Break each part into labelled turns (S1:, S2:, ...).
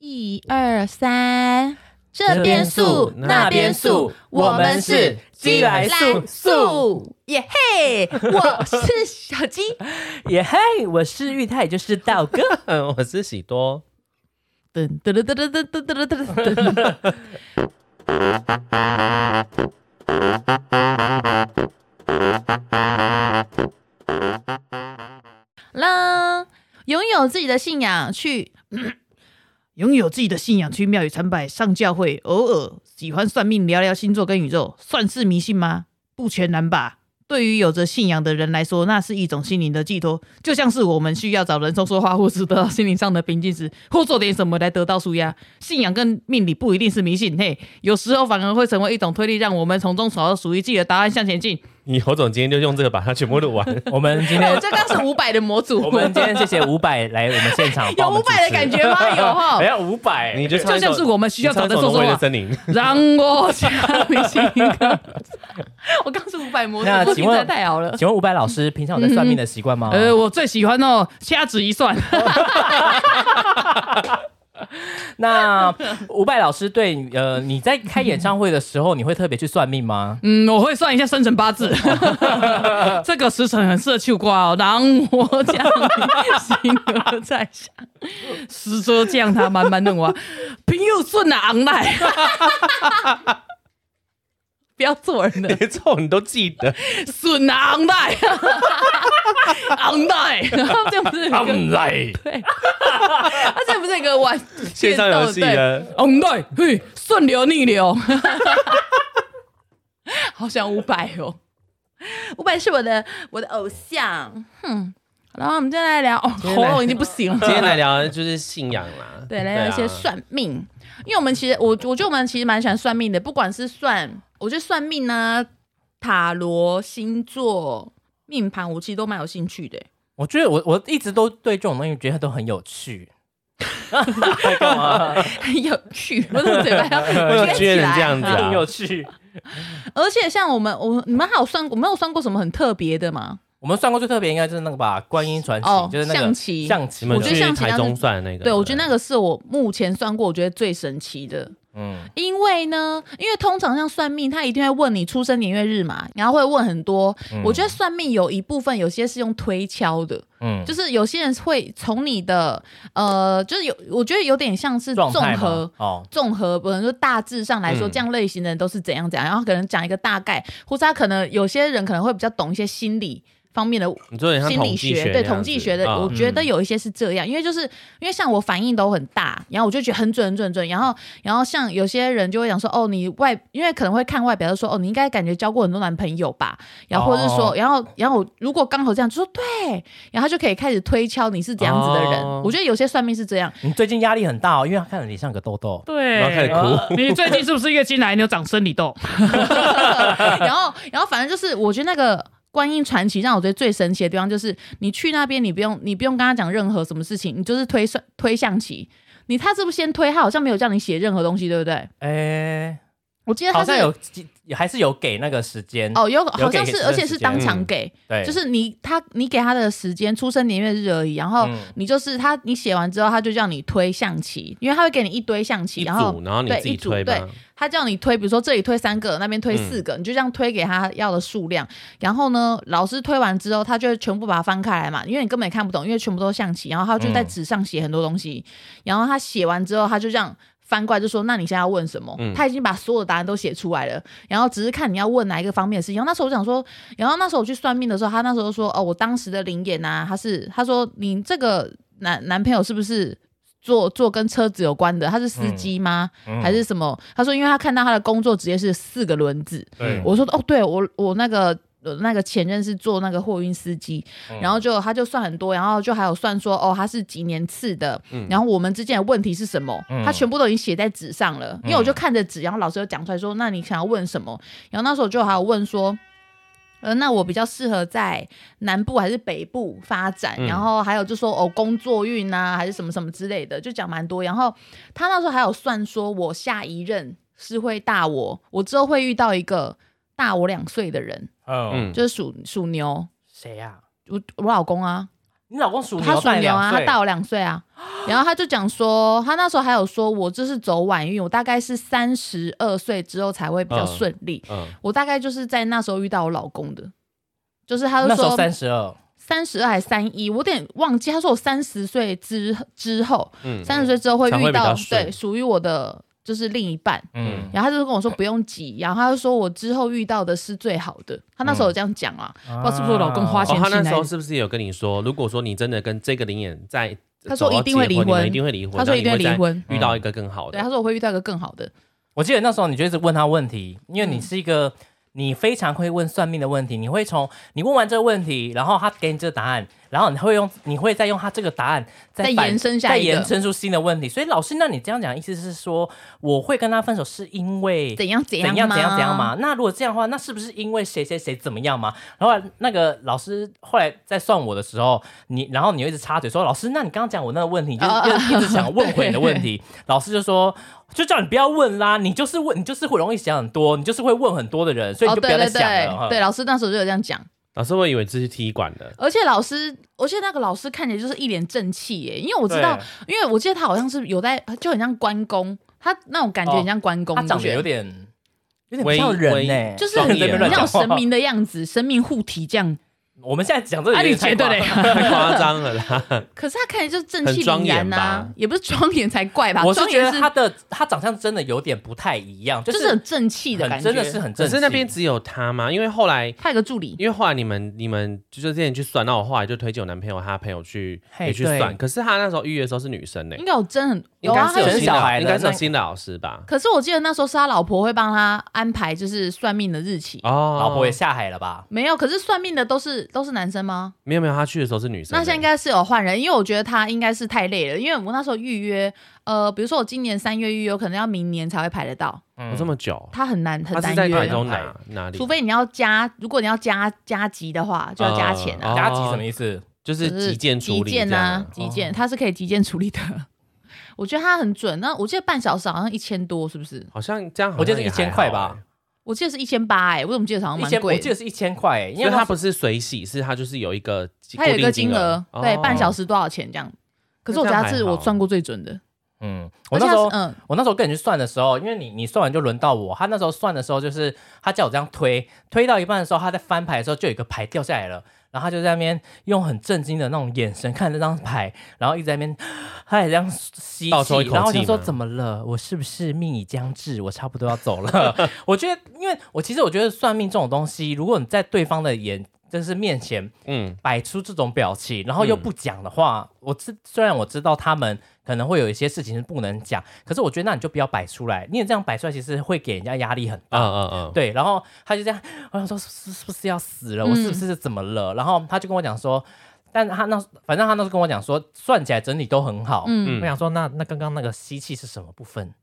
S1: 一二三，这边素那边素，我们是
S2: 鸡来素
S1: 素耶嘿！我是小鸡，
S2: 耶嘿！我是玉泰，就是道哥。
S3: 我是喜多，
S1: 噔噔噔噔噔噔噔噔噔噔。啦，拥有自己的信仰去。拥有自己的信仰，去庙宇参拜、上教会，偶尔喜欢算命、聊聊星座跟宇宙，算是迷信吗？不全然吧。对于有着信仰的人来说，那是一种心灵的寄托，就像是我们需要找人说说话，或是得到心灵上的平静时，或做点什么来得到舒压。信仰跟命理不一定是迷信，嘿，有时候反而会成为一种推力，让我们从中找到属于自己的答案，向前 进。
S3: 你侯总今天就用这个把它全部录完。
S2: 我们 今
S1: 哎，我
S2: 天，
S1: 这刚是五百的模组，
S2: 我们今天谢谢伍佰来我们现场，
S1: 有五百的感，觉吗？有哈
S2: 还。要哎伍佰，
S3: 你就唱
S1: 就
S3: 一首
S1: 像是我们需要找
S3: 你
S1: 人
S3: 唱一首
S1: 说说
S3: 挪威的
S1: 话，
S3: 森林，
S1: 让我加你心歌。 我刚是五百模
S2: 那
S1: 式，
S2: 请
S1: 听起
S2: 问哦
S1: 来太好了。
S2: 请问伍佰老师平常有在算命的习惯吗？
S1: 呃，我最喜欢哦，掐指一算。
S2: 那伍佰老师对呃，你在开演唱会的时候，你会特别去算命吗？
S1: 嗯，我会算一下生辰八 字，这个时辰很适合去刮哦。让我将你心儿在想，实说这样他慢慢弄我，朋友顺啊，昂赖。 不要做人了，
S3: 连这种你都记得，
S1: 顺啊，昂 赖，昂赖， 这样不是很跟
S2: 来，
S1: 他这不是一个玩
S3: 线上游 戏啊
S1: 的，
S3: 的
S1: 对嗯对，嘿，顺流逆流， 好想伍佰哦，伍佰是我的我的偶像，哼。然后我们再来聊，哦，
S3: 天
S1: 喉
S3: 来
S1: 咙已经不行了。
S3: 今天来聊就是信仰啦，
S1: 对，来聊一些
S3: 啊
S1: 算命，因为我们其实我我觉得我们其实蛮喜欢算命的，不管是算，我觉得算命呢、塔罗、星座、命盘，我其实都蛮有兴趣的。
S2: 我觉得我我一直都对这种东西觉得都很有趣。干嘛？
S1: 很有趣， 我的嘴巴
S3: 我
S1: 要
S3: 有
S1: 撅起
S3: 觉得
S1: 来。
S3: 这样子啊
S2: 很有趣。
S1: 而且像我们，我你们还有算过，没有算过什么很特别的吗？
S2: 我们算过最特别应该就是那个吧，观音传奇，
S1: 哦
S2: 就是那个
S1: 象棋
S2: 象棋
S3: 你。们
S1: 我觉得
S3: 去
S1: 像其他
S3: 台
S1: 是
S3: 中算的那个，
S1: 对，我觉得那个是我目前算过我觉得最神奇的。
S2: 嗯，
S1: 因为呢，因为通常像算命，他一定会问你出生年月日嘛，然后会问很多。我觉得算命有一部分有些是用推敲的，
S2: 嗯，
S1: 就是有些人会从你的呃，就是有我觉得有点像是
S2: 状
S1: 综
S2: 态
S1: 合
S2: 嘛哦，
S1: 综合，可能说大致上来说，
S2: 嗯
S1: 这样类型的人都是怎样怎样，然后可能讲一个大概，或者他可能有些人可能会比较懂一些心理方面的
S3: 你做点像
S1: 心理
S3: 统
S1: 学，
S3: 计那
S1: 对
S3: 样子
S1: 统计学的，
S3: 啊
S1: 我觉得有一些是这样，因为就是因为像我反应都很大，然后我就觉得很准很准很准，然后然后像有些人就会讲说，哦，你外因为可能会看外表，就说哦，你应该感觉交过很多男朋友吧，然后或者是说，
S2: 哦
S1: 然后然后我如果刚好这样，就说对，然后他就可以开始推敲你是怎样子的人，
S3: 哦
S1: 我觉得有些算命是这样，
S2: 你最近压力很大哦，因为他看着你像个痘痘。
S1: 对
S3: 然后开始哭，
S1: 你最近是不是月经来？你有长生理痘？然后，然后反正就是，我觉得那个观音传奇让我觉得最神奇的地方就是，你去那边，你不用，你不用跟他讲任何什么事情，你就是推算推象棋。你他是不是先推？他好像没有叫你写任何东西，对不对？
S2: 哎，
S1: 我记得他
S2: 好
S1: 是
S2: 像有还是有给那个时间
S1: 哦，有
S2: 有
S1: 好
S2: 给
S1: 像是，
S2: 时
S1: 而且
S2: 间嗯
S1: 是当场给，
S2: 对，
S1: 就是你他你给他的时间、出生年月日而已。然后
S2: 嗯
S1: 你就是他，你写完之后，他就叫你推象棋，因为他会给你一堆象棋，
S3: 一
S1: 然后
S3: 组，然后你
S1: 对
S3: 自己
S1: 一组
S3: 推
S1: 对
S3: 吧。
S1: 他叫你推，比如说这里推三个，那边推
S2: 嗯
S1: 四个，你就这样推给他要的数量。然后呢，老师推完之后，他就会全部把它翻开来嘛，因为你根本也看不懂，因为全部都是象棋。然后他就在纸上写很多东西，
S2: 嗯
S1: 然后他写完之后，他就这样。翻过来就说：“那你现在要问什么？”
S3: 嗯
S1: 他已经把所有答案都写出来了，然后只是看你要问哪一个方面的事情。然后那时候我想说，然后那时候我去算命的时候，他那时候说：“哦，我当时的灵眼啊，他是他说你这个男男朋友是不是做 做跟车子有关的？他是司机吗？
S2: 嗯
S1: 还是什么？他说，因为他看到他的工作职业是四个轮子。
S3: 嗯
S2: 对
S1: 我说，哦，对我我那个。呃那个前任是做那个货运司机，然后就他就算很多，然后就还有算说哦他是几年次的，然后我们之间的问题是什么，
S2: 嗯
S1: 他全部都已经写在纸上了，因为我就看着纸，然后老师就讲出来说，那你想要问什么？然后那时候我就还有问说，呃，那我比较适合在南部还是北部发展？
S3: 嗯
S1: 然后还有就说哦，工作运啊，还是什么什么之类的，就讲蛮多。然后他那时候还有算说，我下一任是会大我，我之后会遇到一个大我两岁的人，
S2: 嗯
S3: 嗯，
S1: 就是属属牛，
S2: 谁呀？
S1: 我我老公啊，
S2: 你老公属
S1: 他
S2: 牛，
S1: 属
S2: 大你
S1: 牛啊，
S2: 两
S1: 他
S2: 岁，
S1: 大我两岁啊。然后他就讲说，他那时候还有说，我这是走晚运，我大概是三十二岁之后才会比较
S3: 嗯
S1: 顺利。
S3: 嗯，
S1: 我大概就是在那时候遇到我老公的，就是他就
S2: 那时候
S1: 说
S2: 三十二，
S1: 三十二还三一，我有点忘记。他说我三十岁之之后，
S3: 嗯
S1: 三十岁之后会
S3: 才会
S1: 遇
S3: 比较
S1: 到
S3: 顺
S1: 对属于我的就是另一半。
S2: 嗯，
S1: 然后他就跟我说不用急，然后他就说我之后遇到的是最好的。他那时
S3: 嗯
S1: 候有这样讲啊，不知道是不是我老公花
S3: 哦
S1: 钱，
S3: 他
S1: 请
S3: 那时
S1: 来
S3: 候是不是有跟你说，如果说你真的跟这个灵眼在，
S1: 他说
S3: 走到
S1: 一定会
S3: 结
S1: 离婚
S3: 婚你们一定会离婚，
S1: 他说一定会离
S3: 然后
S1: 婚。嗯
S3: 你会再遇到一个更好
S1: 对，他
S3: 的，
S1: 说我会遇到一个更好的。
S2: 我记得那时候你就一直问他问题，因为你
S1: 嗯
S2: 是一个你非常会问算命的问题，你会从你问完这个问题，然后他给你这个答案，然后你会用你会再用他这个答案
S1: 再
S2: 反
S1: 延伸下
S2: 再
S1: 一个
S2: 延伸出新的问题。所以老师，那你这样讲意思是说，我会跟他分手是因为
S1: 怎样怎
S2: 怎
S1: 样
S2: 样怎样怎样？嘛？那如果这样的话，那是不是因为谁谁谁怎么样嘛？然后那个老师后来在算我的时候，你然后你又一直插嘴说，老师，那你刚刚讲我那个问题，就是
S1: 哦
S2: 又一直想问回你的问题， 老师就说。就叫你不要问啦，你就是问，你就是会容易想很多，你就是会问很多的人，所以你
S1: 哦，
S2: 就不
S1: 对
S2: 要再
S1: 对
S2: 想了。
S1: 对
S2: 哈
S1: 对，老师那时候就有这样讲，
S3: 老师我以为这是踢馆 的，
S1: 而且老师，我记得那个老师看起来就是一脸正气耶，因为我知道，因为我记得他好像是有在，就很像关公，他那种感觉很像关公，
S2: 他
S1: 你
S2: 长
S1: 不
S2: 得
S1: 觉
S2: 有
S1: 得
S2: 点有点不
S3: 微
S2: 像人欸
S3: 微
S2: 呢、
S1: 就是
S3: 双
S1: 很
S3: 眼
S2: 在那边
S1: 很
S2: 乱
S1: 像
S2: 讲话
S1: 神明的样子，神明护体这样。
S2: 我们现在讲这个
S1: 啊，
S2: 有
S1: 你
S2: 点
S1: 觉得
S2: 太夸
S1: 嘞？
S3: 太夸张 了啦，
S1: 可是他看起来就是正
S3: 很
S1: 气
S3: 庄
S1: 凛然
S3: 严
S1: 呐、
S3: 吧
S1: 也不是庄严才怪吧？
S2: 我是
S1: 庄
S2: 觉
S1: 严
S2: 得
S1: 是
S2: 他的他长相真的有点不太一样，
S1: 就是是很正气的感
S2: 很
S1: 觉，
S2: 真的是很
S3: 可
S2: 正气。
S3: 是那边只有他吗？因为后来。
S1: 他有个助理，
S3: 因为后来你们你们就是之前去算，那我后来就推荐我男朋友他朋友去
S2: 嘿
S3: 也去
S2: 对
S3: 算，可是他那时候预约的时候是女生呢、
S1: 应该有真很
S3: 应
S1: 啊，
S3: 该
S1: 他
S3: 是
S1: 嗯
S2: 有
S1: 有
S2: 生
S3: 新的
S2: 小孩的
S3: 应该是有
S2: 那
S3: 新的老师吧？
S1: 可是我记得那时候是他老婆会帮他安排，就是算命的日期。
S3: 哦，
S2: 老婆也下海了吧？
S1: 没有，可是算命的都是都是男生吗？
S3: 没有没有，他去的时候是女生
S1: 那
S3: 欸、
S1: 现在应该是有换人，因为我觉得他应该是太累了，因为我那时候预约，呃，比如说我今年三月预约，可能要明年才会排得到，
S2: 嗯
S3: 有哦这么久，
S1: 他很难很
S3: 他是
S1: 难
S3: 在台
S1: 约，
S3: 中哪哪里
S1: 除？非你要加，如果你要加加急的话，就要加钱啊，
S3: 哦
S2: 加急什么意思？
S3: 就是
S1: 就是
S3: 急件
S1: 急
S3: 处理
S1: 件
S3: 这样
S1: 啊，
S3: 哦
S1: 急件，他是可以急件处理的。 我觉得他很准，那我记得半小时好像一千多，是不是？
S3: 好像这样好像
S2: 我记得是
S3: 也还
S2: 1000块
S3: 好
S2: 吧
S3: 欸，
S1: 我记得是一千八，哎，我怎么记得好像
S2: 一
S1: 蛮
S2: 千，我
S1: 贵
S2: 记
S1: 的？
S2: 得是一千块、欸，因
S3: 因
S2: 为
S3: 为
S2: 他
S3: 他
S2: 不
S3: 不是随喜，是他就是有一个
S1: 他有一个
S3: 固定
S1: 金
S3: 金
S1: 额，对，半小
S3: 时。
S1: 时多少钱这样？可是
S3: 哦那
S1: 我
S3: 这
S1: 觉
S3: 样
S1: 得他是
S3: 还好
S1: 我算过最准的，
S2: 嗯，我
S1: 而且
S2: 那
S1: 他
S2: 时候
S1: 是嗯，
S2: 我那时候跟你去算的时候，因为你你算完就轮到我，他那时候算的时候就是他叫我这样推，推到一半的时候，他在翻牌的时候就有一个牌掉下来了。然后他就在那边 用很震惊的那种眼神看着那张牌，然后一直在那边， 他也这样吸
S3: 倒抽一
S2: 气，
S3: 口气
S2: 然后我想说
S3: 吗
S2: 怎么了？我是不是命已将至？我差不多要走了。 我觉得，因为我其实我觉得算命这种东西，如果你在对方的眼就是面前
S3: 嗯，
S2: 摆出这种表情，然后又不讲的话，我知虽然我知道他们可能会有一些事情是不能讲，可是我觉得那你就不要摆出来，你也这样摆出来，其实会给人家压力很
S1: 啊
S3: 嗯
S2: 大。
S3: 嗯嗯，
S2: 对，然后他就这样，哎我想说是是是不是要死了？我是不是怎么了？然后他就跟我讲说，但他那反正他那时候跟我讲说，算起来整体都很好。
S1: 嗯
S2: 我想说那那刚刚那个吸气是什么部分？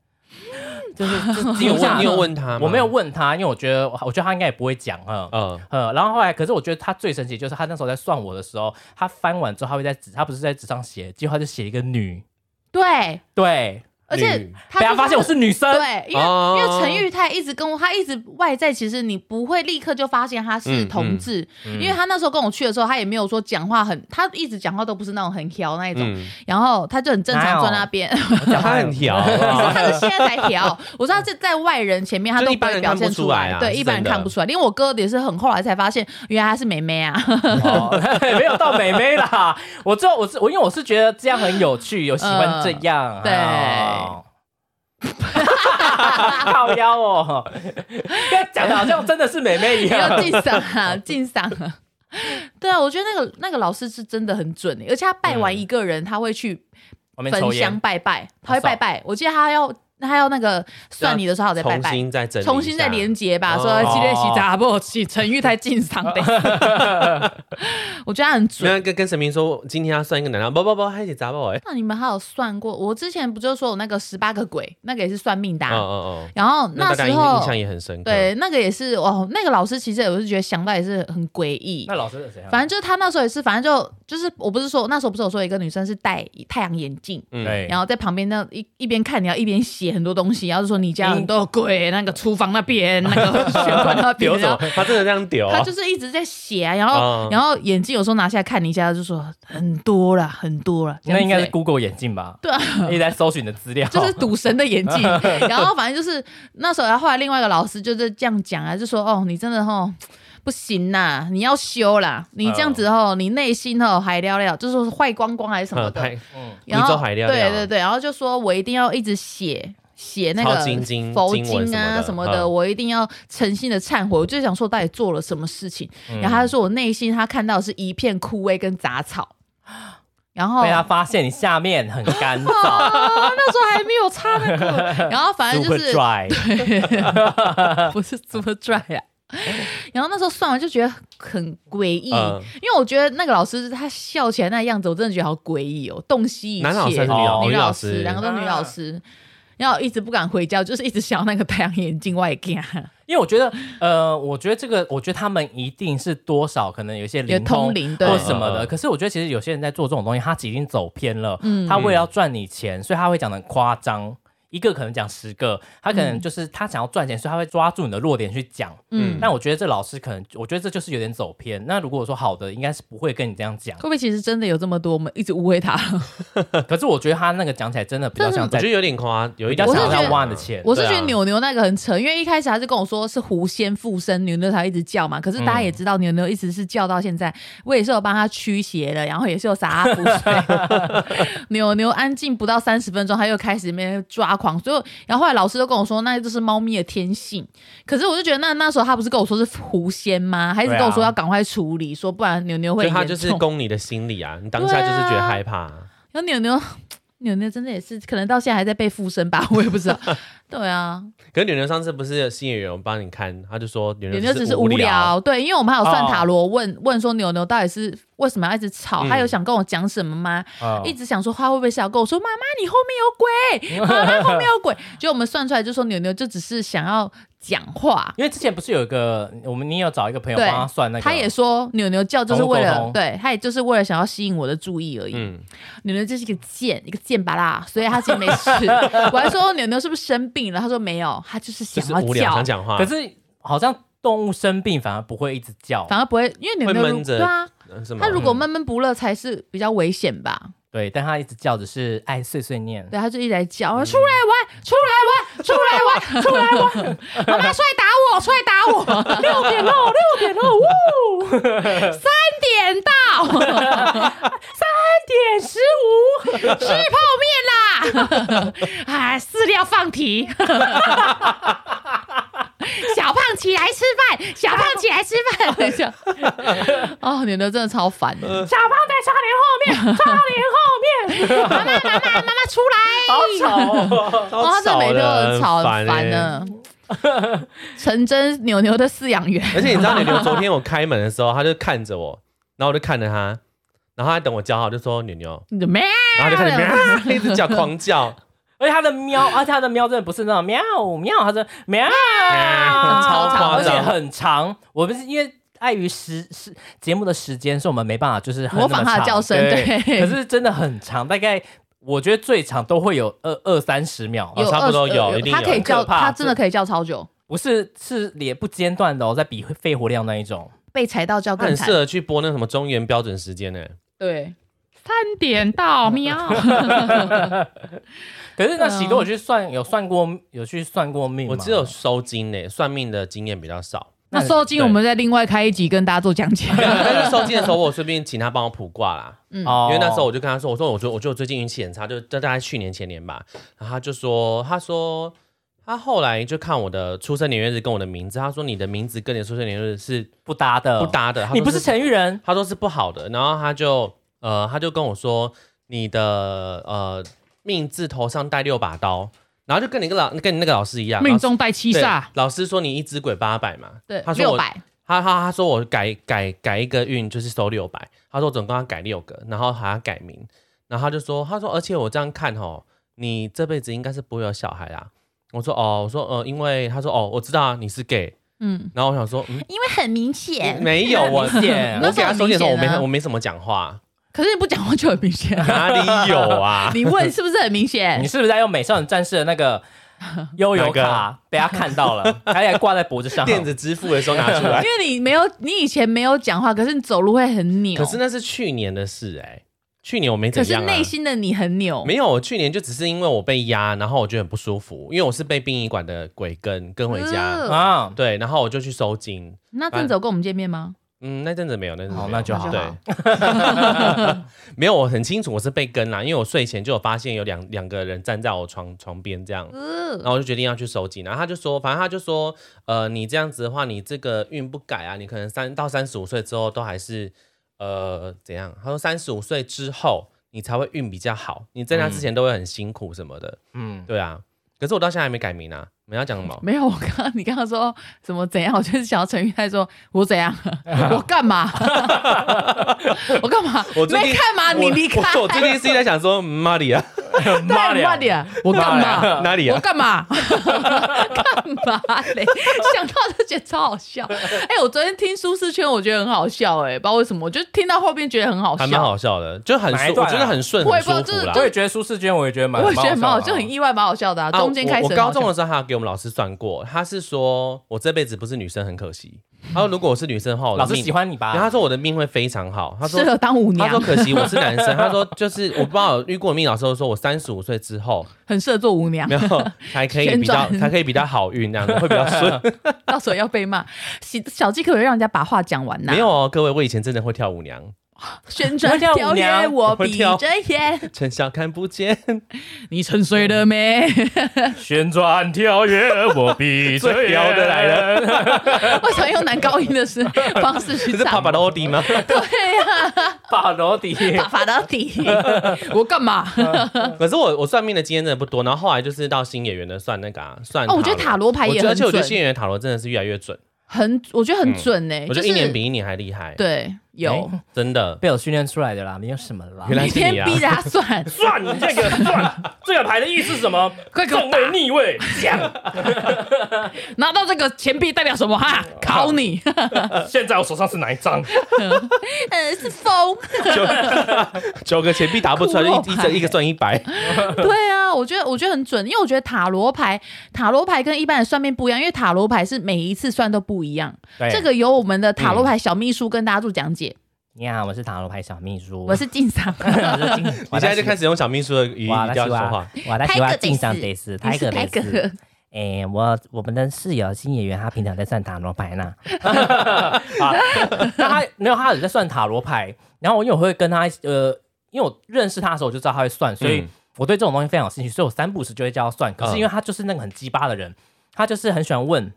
S2: 就是就是
S3: 你有
S2: 惊讶
S3: 问你有问他吗？
S2: 我没有，问他，因为我觉得我觉得他应该也不会讲哈。嗯
S3: 嗯，
S2: 呃，然后后来，可是我觉得他最神奇的就是他那时候在算我的时候，他翻完之后，他会在纸，他不是在纸上写，结果他就写一个女，
S1: 对，
S2: 对，
S1: 而且
S3: 女
S1: 他
S2: 被
S1: 就
S2: 他发现我是女生，
S1: 对，因为、
S3: 哦
S1: 因为陈玉泰一直跟我，他一直外在，其实你不会立刻就发现他
S3: 嗯
S1: 是同志，因为他那时候跟我去的时候，他也没有说讲话很，他一直讲话都不是那种很挑那一种，
S3: 嗯，
S1: 然后他就很正常坐那边，
S3: 他很调 啊，
S1: 他是现在才挑，我知道这在外人前面他都
S3: 就一
S1: 不
S3: 般
S1: 会
S3: 人
S1: 表
S3: 看不
S1: 现
S3: 出来
S1: 来，
S3: 啊
S1: 对，
S3: 是
S1: 一般人
S3: 真的
S1: 看不出来，因为我哥也是很后来才发现，原来他是妹妹 啊，
S2: 哦， 没有到美眉啦。我之后我是我，因为我是觉得这样很有趣，有喜欢这样，
S1: 嗯对
S2: 哦靠腰哦，讲的好像真的是美眉 一
S1: 没有
S2: 样。
S1: 进赏啊，进赏啊。 对啊，我觉得那个那个老师是真的很准、欸，而且他拜
S3: 嗯
S1: 完一个人，他会去
S2: 外面抽
S1: 焚
S2: 烟
S1: 香，拜拜，他会拜拜。我记得他要他要那个算你的时候，他有在拜
S3: 重
S1: 拜，
S3: 新再整理一下，
S1: 重新再连接吧。
S3: 哦
S1: 说今天洗杂不洗陈玉泰进场的，我觉得他很
S3: 没
S1: 准。
S3: 有跟跟神明说今天要算一个男的，不不不，还得砸爆哎，
S1: 那你们还有算过？我之前不就说我那个十八个鬼，那个也是算命的
S3: 嗯
S1: 啊、
S3: 嗯嗯，
S1: 然后
S3: 那大家
S1: 时
S3: 印
S1: 候
S3: 印象也很深刻，
S1: 对那个也是哦，那个老师其实我是觉得想到也是很诡异
S2: 那。老师是谁啊？
S1: 反正就是他那时候也是，反正就就是我不是说那时候不是有说一个女生是戴太阳眼镜，
S3: 嗯，
S2: 对
S1: 然后在旁边那一一边看你要一边写，写很多东西，然后就说你家很多鬼，那个厨房那边，那个 玄关那边
S3: 丢，什
S1: 然
S3: 么
S1: 后？
S3: 他真的这样丢
S1: 他
S3: 啊？
S1: 就是一直在写啊，然后、
S3: 嗯
S1: 然后眼镜有时候拿下来看你一下，就说很多啦，很多啦，这样子
S2: 那应该是
S1: 欸
S2: Google 眼镜吧？
S1: 对啊，
S2: 一直在搜寻你的资料，
S1: 就是赌神的 眼镜。然后反正就是那时候，然后后来另外一个老师就是这样讲啊，就说哦，你真的吼不行啦，你要修啦，你这样子
S2: 啊
S1: 吼，你内心吼还聊聊，就是说坏光光还是什么
S3: 嗯，
S1: 的。
S3: 太
S2: 嗯，
S1: 然
S3: 宇宙
S1: 后
S3: 海料料
S1: 对对对，然后就说我一定要一直写写那
S3: 抄
S1: 个
S3: 经经
S1: 佛
S3: 经文
S1: 经啊
S3: 什
S1: 什么
S3: 么的
S1: 的，
S3: 嗯
S1: 我一定要诚心的忏悔。我就想说，到底做了什么事情？
S2: 嗯
S1: 然后他就说我内心他看到的是一片枯萎跟杂 草，然后
S2: 被他发现你下面很干燥
S1: 啊，那时候还没有擦那 个，然后 反正
S2: ，super
S1: 就是
S2: dry，
S1: 不是 Super Dry 啊。然后那时候算完就觉得很诡异，
S3: 嗯
S1: 因为我觉得那个老师他笑起来那样子，我真的觉得好诡异哦，洞悉一切。哦
S3: 男老师还是女
S2: 老
S1: 女
S3: 女老
S1: 老
S3: 师
S1: 师，两个都女老师，然后一直不敢回家，就是一直想那个太阳眼镜外镜，啊
S2: 因为我觉得，呃，我觉得这个，我觉得他们一定是多少可能有一些
S1: 有
S2: 灵
S1: 通
S2: 通。
S1: 灵对
S2: 或。什么
S3: 嗯嗯
S2: 的，
S3: 嗯
S2: 可是我觉得其实有些人在做这种东西，他已经走偏了。
S1: 嗯
S2: 他为了要赚你钱，所以他会讲的夸张，一个可能讲十个，他可能就是他想要赚钱，所以他会抓住你的弱点去讲。
S1: 嗯，
S2: 但我觉得这老师可能，我觉得这就是有点走偏。那如果说好的，应该是不会跟你这样讲
S1: 会。不会其实真的有这么多？我们一直误会他。
S2: 可是我觉得他那个讲起来真的比较像
S3: 我
S2: 在
S3: 觉得有点夸，有一
S2: 比较
S3: 点
S1: 我是
S2: 想
S1: 觉
S2: 要
S1: 得
S2: 挖你的钱。
S1: 我是觉
S3: 对
S1: 得
S3: 啊
S1: 牛牛那个很扯，因为一开始他是跟我说是狐仙附身，牛牛才一直叫嘛。可是大
S3: 嗯
S1: 家也知道，牛牛一直是叫到现在，我也是有帮他驱邪的，然后也是有洒他符水。 牛牛安静不到三十分钟，他又开始面抓狂，所以然后后来老师都跟我说，那就是猫咪的天性。可是我就觉得那那时候他不是跟我说是狐仙吗？还一直跟我说
S2: 对啊
S1: 要赶快处理，说不然牛牛会
S3: 就
S1: 严重。
S3: 他就是攻你的心理啊，你当下就是觉得害怕。啊
S1: 然后牛 牛牛牛真的也是，可能到现在还在被附身吧，我也不知道。 对啊，
S3: 可是女人上次不是新演员帮你看，他就说女
S1: 牛
S3: 人
S1: 牛只是无
S3: 聊，
S1: 聊，对，因为我们还有算
S2: 哦
S1: 塔罗，问问说牛牛到底是为什么要一直吵，
S3: 嗯哦
S1: 他有想跟我讲什么吗？
S2: 嗯
S1: 一直想说他会不会是要跟我说妈妈你后 面有鬼，妈妈后面有鬼，就我们算出来就说牛牛就只是想要讲话，
S2: 因为之前不是有一个我们你有找一个朋友
S1: 对
S2: 帮他算那个，
S1: 他也说牛牛叫就是为
S2: 宠物
S1: 了
S2: 沟通
S1: 对，他也就是为了想要吸引我的注意而已。
S3: 嗯，
S1: 牛牛就是一个贱，一个贱巴啦，所以他其实没 事。我还说牛牛是不是生病了，他说没有，他就是
S3: 就
S1: 想
S3: 是
S1: 要
S3: 无聊
S1: 叫
S3: 想，讲话，
S2: 可是好像动物生病反而不会一直叫，
S1: 反而不会，因为牛
S3: 会
S1: 牛
S3: 闷
S1: 如
S3: 着
S1: 对啊，
S3: 呃是吗
S1: 他？如果闷闷不乐才是比较危险吧？
S2: 对，但它一直叫只是爱碎碎念。
S1: 对，他就一直在叫，出来玩，出来玩，出来玩，出来玩，妈妈出来打我，出来打我，六点喽，六点喽，呜，三点到，三点十五，吃泡面啦，哎，饲料放题。小胖起来吃饭，小胖起来吃饭。等一下，哦，牛牛真的超烦的。小胖在窗帘后面，窗帘后面，妈妈妈妈妈妈出来，
S2: 好吵、哦，
S1: 哦，他这每天都很吵，很
S3: 欸
S1: 烦呢。陈真牛牛的饲养员，
S3: 而且你知道，牛牛昨天我开门的时候，他就看着我，然后我就看着他，然后他等我叫好，就说牛 牛，
S1: 你的啊咩？
S3: 然后他就
S1: 哎
S3: 开始啊喵，一直叫，狂叫，
S2: 而且它的喵，而且它的喵真的不是那种喵喵，它是喵，
S3: 超夸张
S2: 而且很长。我们是因为碍于时时节目的时间，是我们没办法就是很
S1: 模仿
S2: 那
S1: 它
S2: 么
S1: 的
S2: 长
S1: 叫声
S2: 对。
S1: 对
S2: 可是真的很长，大概我觉得最长都会有二二三十秒，
S3: 哦差不多有一定
S1: 呃他
S3: 有
S1: 可以
S3: 很
S1: 叫，
S2: 可怕
S1: 他真的可以叫超久，
S2: 不是是也不间断的哦，在比肺活量那一种。
S1: 被踩到叫
S3: 他
S1: 更
S3: 很适
S1: 惨。
S3: 合去播那什么中原标准时间呢、
S1: 对，三点到 喵。
S2: 可是那喜多有去算，有算过，有去算过命吗？
S3: 我只有收金呢、算命的经验比较少。
S1: 那受精我们再另外开一集跟大家做讲解。
S3: 但是收金的时候，我顺便请他帮我卜卦啦，嗯
S2: 哦
S3: 因为那时候我就跟他说，我说我觉得我觉得我最近运气很差，就大概去年前年吧。然后他就说，他说他后来就看我的出生年月日跟我的名字，他说你的名字跟你的出生年月日是
S2: 不搭的，
S3: 不。搭的，他说
S2: 呃你不是陈玉人，
S3: 他说是不好的，然后他就呃，他就跟我说你的呃命字头上带六把刀，然后就跟你跟老跟你那个老师一 样，
S1: 命中带七
S3: 老师
S1: 煞，
S3: 对老师说你一只鬼八百嘛，
S1: 对
S3: 他，说
S1: 六
S3: 我
S1: 百，
S3: 他他他说我改改改一个运就是收六百，他说我总共要改六个，然后还要改名，然后他就说他说而且我这样看哦，你这辈子应该是不会有小孩啦。我说哦，我说呃，因为他说哦，我知道啊，你是 gay，
S1: 嗯，
S3: 然 后我想说嗯，
S1: 因为很明显，
S3: 没有我啊
S2: 很明 显
S3: 我给他收件的时候，我没
S1: 那时候很明显啊
S3: 我没什么讲话，。
S1: 可是你不讲话就很明显
S3: 哪里有 啊？
S1: 你问是不是很明显
S2: 你？是不是在用美少女战士的那个悠游
S3: 哪
S2: 卡被他看到了，他还挂在脖子上？
S3: 电子支付的时候拿出
S1: 因
S3: 来，
S1: 为 你没有，你以前没有讲话，可是你走路会很扭。
S3: 可是那是去年的事哎、去年我没
S1: 可
S3: 怎
S1: 是
S3: 样、啊，
S1: 内心的你很扭，
S3: 没有，我去年就只是因为我被压，然后我觉得很不舒服，因为我是被殡仪馆的鬼跟跟回家，
S1: 呃
S2: 啊，
S3: 对，然后我就去收金，
S1: 那郑走跟我们见面吗？
S3: 嗯，那阵子没有，那阵子没有
S2: 好那就好
S3: 对，没有，我很清楚我是被跟啦，因为我睡前就有发现有两两个人站在我床床边这样，
S1: 呃
S3: 然，后我就决定要去收金，然后他就说，反正他就说，呃，你这样子的话，你这个运不改啊，你可能三到三十五岁之后都还是，呃，怎样？他说三十五岁之后你才会运比较好，你在那之前都会很辛苦什么的，
S2: 嗯，
S3: 对啊。可是我到现在还没改名啊，你们要讲什么？
S1: 没有，我刚刚你刚刚说怎么怎样，我就是想要陈玉泰说，我怎样， 我干嘛，我干嘛，
S3: 我最近
S1: 没看嘛，你离开，
S3: 我我我最 近是在想说，嗯妈里啊，
S1: 对，慢点，我干嘛？
S3: 哪里
S1: 我
S3: 啊？
S1: 干嘛？干嘛嘞？想到就觉得超好 笑。哎、我昨天听舒适圈，我觉得很好笑、哎，不知道为什么，我就听到后面觉得很好
S3: 还蛮
S1: 笑。
S3: 好笑的，就很
S2: 哪
S3: 顺，
S2: 一段
S3: 我
S2: 啊
S3: 觉得很顺，
S1: 我
S3: 很
S1: 也不
S3: 舒
S1: 知道
S3: 服啦
S1: 这
S2: 我。也觉得舒适圈，我也觉得蛮，
S1: 我也觉得蛮好，
S2: 笑的
S1: 就很意外，蛮好笑的、啊。
S3: 啊
S1: 中间开始
S3: 我，我
S1: 很好
S3: 高
S1: 笑
S3: 中的时候，他给我们老师算过，他是说我这辈子不是女生很可惜。他说如果我是女生的话，我的
S2: 老师
S3: 命
S2: 喜欢你吧？
S3: 然后他说我的命会非常好，他说
S1: 适合当舞
S3: 他说
S1: 娘，
S3: 可惜我是男生，他说就是我不知道有遇过的命老师都说我三十五岁之后
S1: 很适合做舞娘
S3: 没。有才可以
S1: 旋
S3: 比较
S1: 转
S3: 才可以比较好运那样子会比较顺。
S1: 到时候要被骂，小小鸡可不可以让人家把话讲完呐、
S3: 没有哦，各位，我以前真的会跳舞娘，
S1: 旋转跳跃，我闭着眼，
S3: 陈晓看 不见，
S1: 你沉睡了 没？
S2: 旋转跳跃，我闭
S3: 着眼最撩的来
S2: 了。
S1: 为什么用男高音的是方式去
S3: 这是
S1: 唱
S3: 帕？帕罗 蒂吗？
S1: 对呀、
S2: 巴罗迪，
S1: 啊，法到底， 我干嘛？
S3: 可是我我算命的经验真的不多，然后后来就是到新演员的算那 个啊算
S1: 哦，我觉得塔罗牌
S3: 我
S1: 也
S3: 觉得，而
S1: 很
S3: 且我觉得新
S1: 准，
S3: 演员塔罗真的是越来越准，
S1: 很我觉得很准呢、
S3: 我
S1: 就
S3: 觉得
S1: 是
S3: 一年比一年还厉害，
S1: 对有。
S2: 哎
S3: 真 的。
S2: 被我训练出来的啦，没有什么啦
S3: 原。来
S1: 每
S3: 是
S1: 天
S3: 你啊！
S1: 逼着他算，
S2: 算你这个算，这个牌的意思是什么？
S1: 快给我打
S2: 位逆位，
S1: 拿到这个钱币代表什么哈？考你，
S2: 现在我手上是哪一张？
S1: 呃，是风。
S3: 九个钱币 答不出来，就
S1: 骷
S3: 一
S1: 髅
S3: 一
S1: 牌
S3: 个一个算 一百。
S1: 对啊，我觉得我觉得很准，因为我觉得塔罗牌塔罗牌跟一般的算命不一样，因为塔罗牌是每一次算都不一样。
S3: 哎
S1: 这个由我们的塔罗
S3: 嗯
S1: 牌小秘书跟大家做讲解。
S2: 你好，我是塔罗牌小秘书，
S1: 我是晋 商，
S3: 你
S2: 你
S3: 现在就开始用小秘书的语义
S2: 哇，那
S3: 调
S2: 是
S3: 说话
S2: 哇，，哇，那是
S1: 泰
S2: 哇，
S1: 戈德
S2: 敬上
S1: 斯
S2: 得是，
S1: 你
S2: 泰
S1: 是
S2: 戈
S1: 泰
S2: 德斯
S1: 哥。，
S2: 哎、我我们的室友新演员，他平常在算塔罗牌 呢。那他没有，他有在算塔罗牌。然后我因为我会跟他呃，因为我认识他的时候我就知道他会算，所以
S3: 嗯
S2: 我对这种东西非常有兴趣，所以我三不五时就会叫他算。可是因为他就是那个很鸡巴的人，他就是很喜欢问，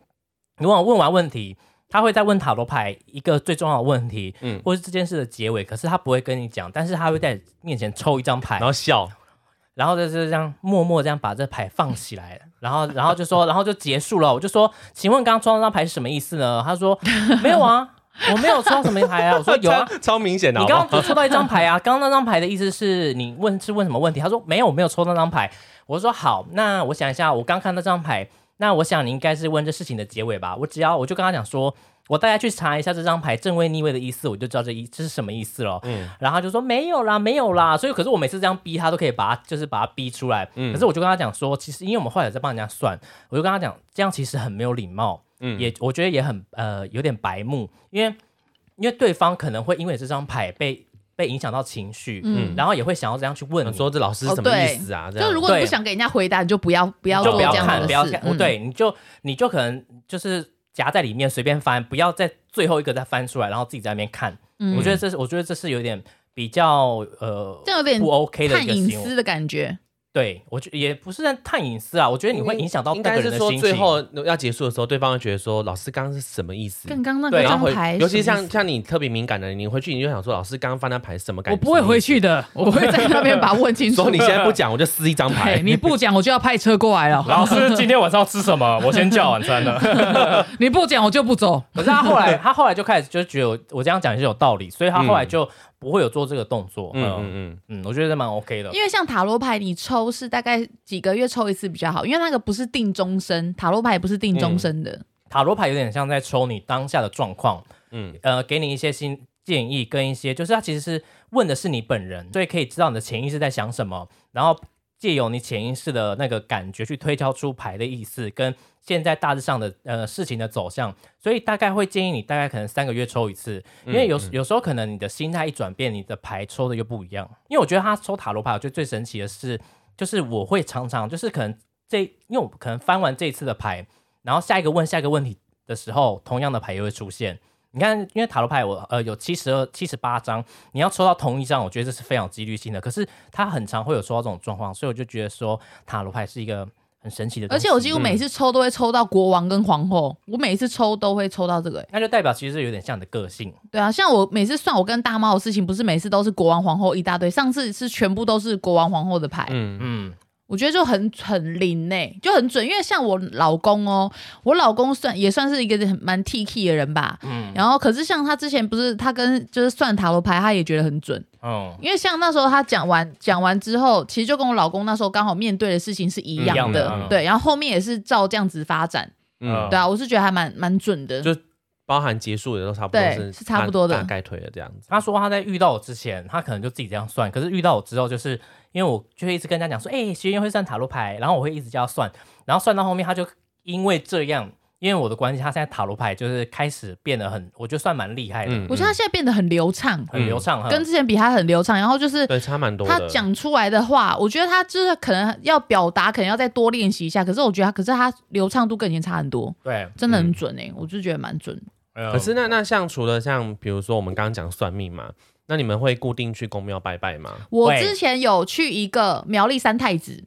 S2: 你问我问完问题。他会再问塔罗牌一个最重要的问题，
S3: 嗯
S2: 嗯，或是这件事的结尾，可是他不会跟你讲，但是他会在你面前抽一张牌
S3: 然，后笑，
S2: 然后就是这样默默这样把这牌放起来， 然后然后就说，然后就结束了。我就说，请问刚刚抽到那张牌是什么意思呢？他说 没有啊，我没有抽到什么牌
S1: 哦
S2: 啊。我说有啊，
S3: 超超明显的。好
S2: 你
S3: 不
S2: 刚
S3: 好
S2: 刚只抽到一张牌啊。刚刚那张牌的意思是你问是问什么问题？他说没有，我没有抽到那张牌。我说好，那我想一下，我刚看到这张牌，那我想你应该是问这事情的结尾吧。我只要我就跟他讲说。我大家去查一下这张牌正位逆位的意思，我就知道这一这是什么意思了。
S3: 嗯
S2: 然后他就说没有啦，没有啦。所以可是我每次这样逼他，都可以把他就是把他逼出来。
S3: 嗯
S2: 可是我就跟他讲说，其实因为我们后来有在帮人家算，我就跟他讲，这样其实很没有礼貌，
S3: 嗯
S2: 也我觉得也很呃有点白目，因为因为对方可能会因为这张牌被被影响到情绪，
S1: 嗯
S2: 然后也会想要这样去问你。
S3: 想说这老师是什么意思啊？这
S1: 哦就
S3: 样
S1: 如果你不
S2: 对
S1: 想给人家回答，你就不要不要做
S2: 就不
S1: 这
S2: 要
S1: 样
S2: 看，
S1: 的
S2: 不要
S1: 事
S2: 看，。不
S1: 嗯，
S2: 对，你就你就可能就是夹在里面随便翻，不要在最后一个再翻出来，然后自己在那边看。
S1: 嗯
S2: 我觉得这是，我觉得这是有点比较呃，
S1: 这样有点
S2: 不 OK 的
S1: 看
S2: 一个
S1: 隐
S2: 行为
S1: 私。的感觉。
S2: 对我觉也不是在探隐私啊，我觉得你会影响到
S3: 嗯应
S2: 那个
S3: 该
S2: 人
S3: 是
S2: 的
S3: 说
S2: 心
S3: 最
S2: 情。
S3: 后 要结束的时候，对方会觉得说老师刚刚是什么意思？
S1: 跟刚那
S2: 嗯对
S1: 个
S3: 然
S1: 张
S3: 后
S1: 牌，
S3: 回，尤其像像你特别敏感的人，你回去你就想说老师刚刚翻那牌是什么感
S1: 我
S3: 觉？
S1: 不会回去的， 我 会在那边把它问清
S3: 所
S1: 楚
S3: 以。你现在不讲，我就撕一张牌
S1: 对，。你不讲，我就要派车过来了。
S2: 老师今天晚上要吃什么？我先叫晚 餐了。
S1: 你不讲，我就不走。
S2: 可是他后来，他后来就开始就觉得我我这样讲也是有道理，所以他后来就不会有做这个动作。
S3: 嗯
S2: 嗯
S3: 嗯嗯，
S2: 嗯，我觉得蛮 OK 的。
S1: 因为像塔罗牌，你抽是大概几个月抽一次比较好，因为那个不是定终身，塔罗牌也不是定
S2: 嗯
S1: 终身的。
S2: 塔罗牌有点像在抽你当下的状况，
S3: 嗯
S2: 嗯，呃，给你一些心建议跟一些，就是他其实是问的是你本人，所以可以知道你的潜意识在想什么，然后借由你潜意识的那个感觉去推敲出牌的意思，跟现在大致上的呃事情的走向。所以大概会建议你大概可能三个月抽一次，因为有、有时候可能你的心态一转变，你的牌抽的又不一样。因为我觉得他抽塔罗牌，我觉得最神奇的是，就是我会常常就是可能这，因为我可能翻完这一次的牌，然后下一个问下一个问题的时候，同样的牌也会出现。你看，因为塔罗牌我呃有七十二、七十八张，你要抽到同一张，我觉得这是非常有几率性的。可是它很常会有抽到这种状况，所以我就觉得说塔罗牌是一个很神奇的东
S1: 而
S2: 西。
S1: 且我几乎每次抽都会抽到国王跟皇后，我每次抽都会抽到这个、欸。
S2: 那就代表其实有点像你的个性，
S1: 对啊，像我每次算我跟大猫的事情，不是每次都是国王皇后一大堆，上次是全部都是国王皇后的牌。
S3: 嗯，
S2: 嗯，
S1: 我觉得就很很灵呢、欸就很准。因为像我老公哦，我老公算也算是一个很蛮 T K 的人吧。
S2: 嗯
S1: 然后可是像他之前不是他跟就是算塔罗牌，他也觉得很准。
S2: 嗯，
S1: 因为像那时候他讲完讲完之后，其实就跟我老公那时候刚好面对的事情是一
S2: 一
S1: 样
S2: 样
S1: 的，
S2: 的嗯
S1: 对。然后后面也是照这样子发展，
S3: 嗯
S2: 嗯，
S1: 对啊，我是觉得还蛮蛮准的。
S3: 就包含结束的都差不多
S1: 对
S3: 是
S1: 是差不多的
S3: 大概推的这样子。
S2: 他说他在遇到我之前，他可能就自己这样算，可是遇到我之后，就是因为我就会一直跟他讲说，哎、学员会算塔罗牌，然后我会一直叫他算，然后算到后面他就因为这样，因为我的关系，他现在塔罗牌就是开始变得很，我觉得算蛮厉害的，
S3: 嗯
S1: 我觉得他现在变得很流畅，
S2: 很流畅哈。
S1: 跟之前比他很流畅。然后就是
S3: 对，差蛮多的。
S1: 他讲出来的话，我觉得他就是可能要表达，可能要再多练习一下。可是我觉得他，可是他流畅度跟以前差很多，
S2: 对，嗯
S1: 真的很准哎、我就觉得蛮
S3: 嗯
S1: 准。
S2: 可
S3: 可是那那像除了像比如说我们刚刚讲算命嘛，那你们会固定去公庙拜拜吗？
S1: 我
S2: 喂
S1: 之前有去一个苗栗三太子，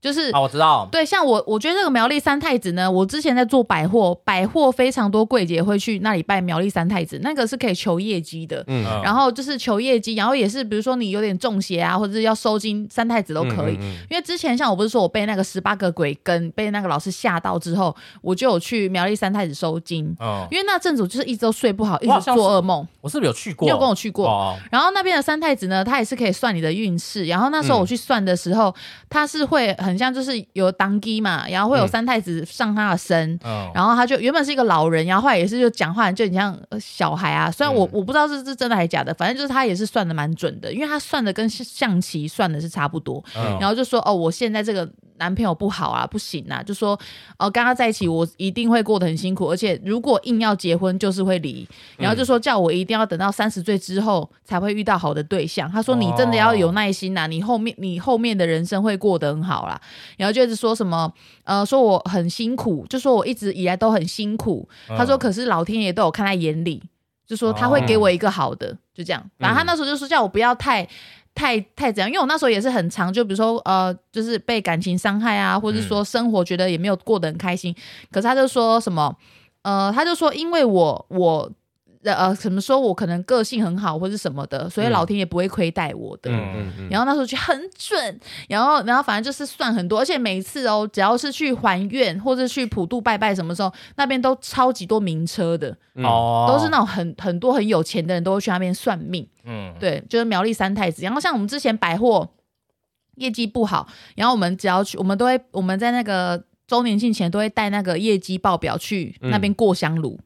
S1: 就是
S3: 哦
S2: 啊，我知道，
S1: 对，像我，我觉得这个苗栗三太子呢，我之前在做百货，百货非常多柜姐会去那里拜苗栗三太子，那个是可以求业绩的。
S3: 嗯，
S2: 嗯
S1: 然后就是求业绩，然后也是比如说你有点中邪啊，或者是要收金，三太子都可以。
S3: 嗯嗯嗯
S1: 因为之前像我不是说我被那个十八个鬼跟被那个老师吓到之后，我就有去苗栗三太子收金，
S2: 嗯，
S1: 因为那阵子我就是一直都睡不好，一
S2: 我好
S1: 直
S2: 像是
S1: 做噩梦。
S2: 我是不是有去过？
S1: 你有跟我去过？
S2: 哦，
S1: 然后那边的三太子呢，他也是可以算你的运势。然后那时候我去算的时候，他是会很像就是有当机嘛，然后会有
S3: 嗯
S1: 三太子上他的身，
S2: 嗯，
S1: 然后他就原本是一个老人，然后后来也是就讲话就很像呃小孩啊。虽然我、我不知道这是真的还是假的，反正就是他也是算的蛮准的，因为他算的跟象棋算的是差不多。
S2: 嗯
S1: 然后就说哦，我现在这个男朋友不好啊，不行啊，就说哦，跟他在一起我一定会过得很辛苦，而且如果硬要结婚就是会离，然后就说叫我一定要等到三十岁之后才会遇到好的对象。他说你真的要有耐心呐、你后面你后面的人生会过得很好啦。然后就是说什么呃，说我很辛苦，就说我一直以来都很辛苦。他说可是老天爷都有看在眼里，就说他会给我一个好的，就这样。反正他那时候就说叫我不要太。太太怎样？因为我那时候也是很长，就比如说呃，就是被感情伤害啊，或者说生活觉得也没有过得很开心。可是他就说什么呃，他就说因为我我呃什么说我可能个性很好或是什么的，所以老天爷不会亏待我的。
S3: 嗯嗯嗯，
S1: 然后那时候就很准，然后然后反正就是算很多，而且每一次哦，只要是去还愿或者去普渡拜拜什么时候，那边都超级多名车的，
S3: 嗯
S2: 哦，
S1: 都是那种很很多很有钱的人都会去那边算命。
S2: 嗯，
S1: 对，就是苗栗三太子。然后像我们之前百货业绩不好，然后我们只要去，我们都会我们在那个周年庆前都会带那个业绩报表去那
S2: 嗯
S1: 边过香炉。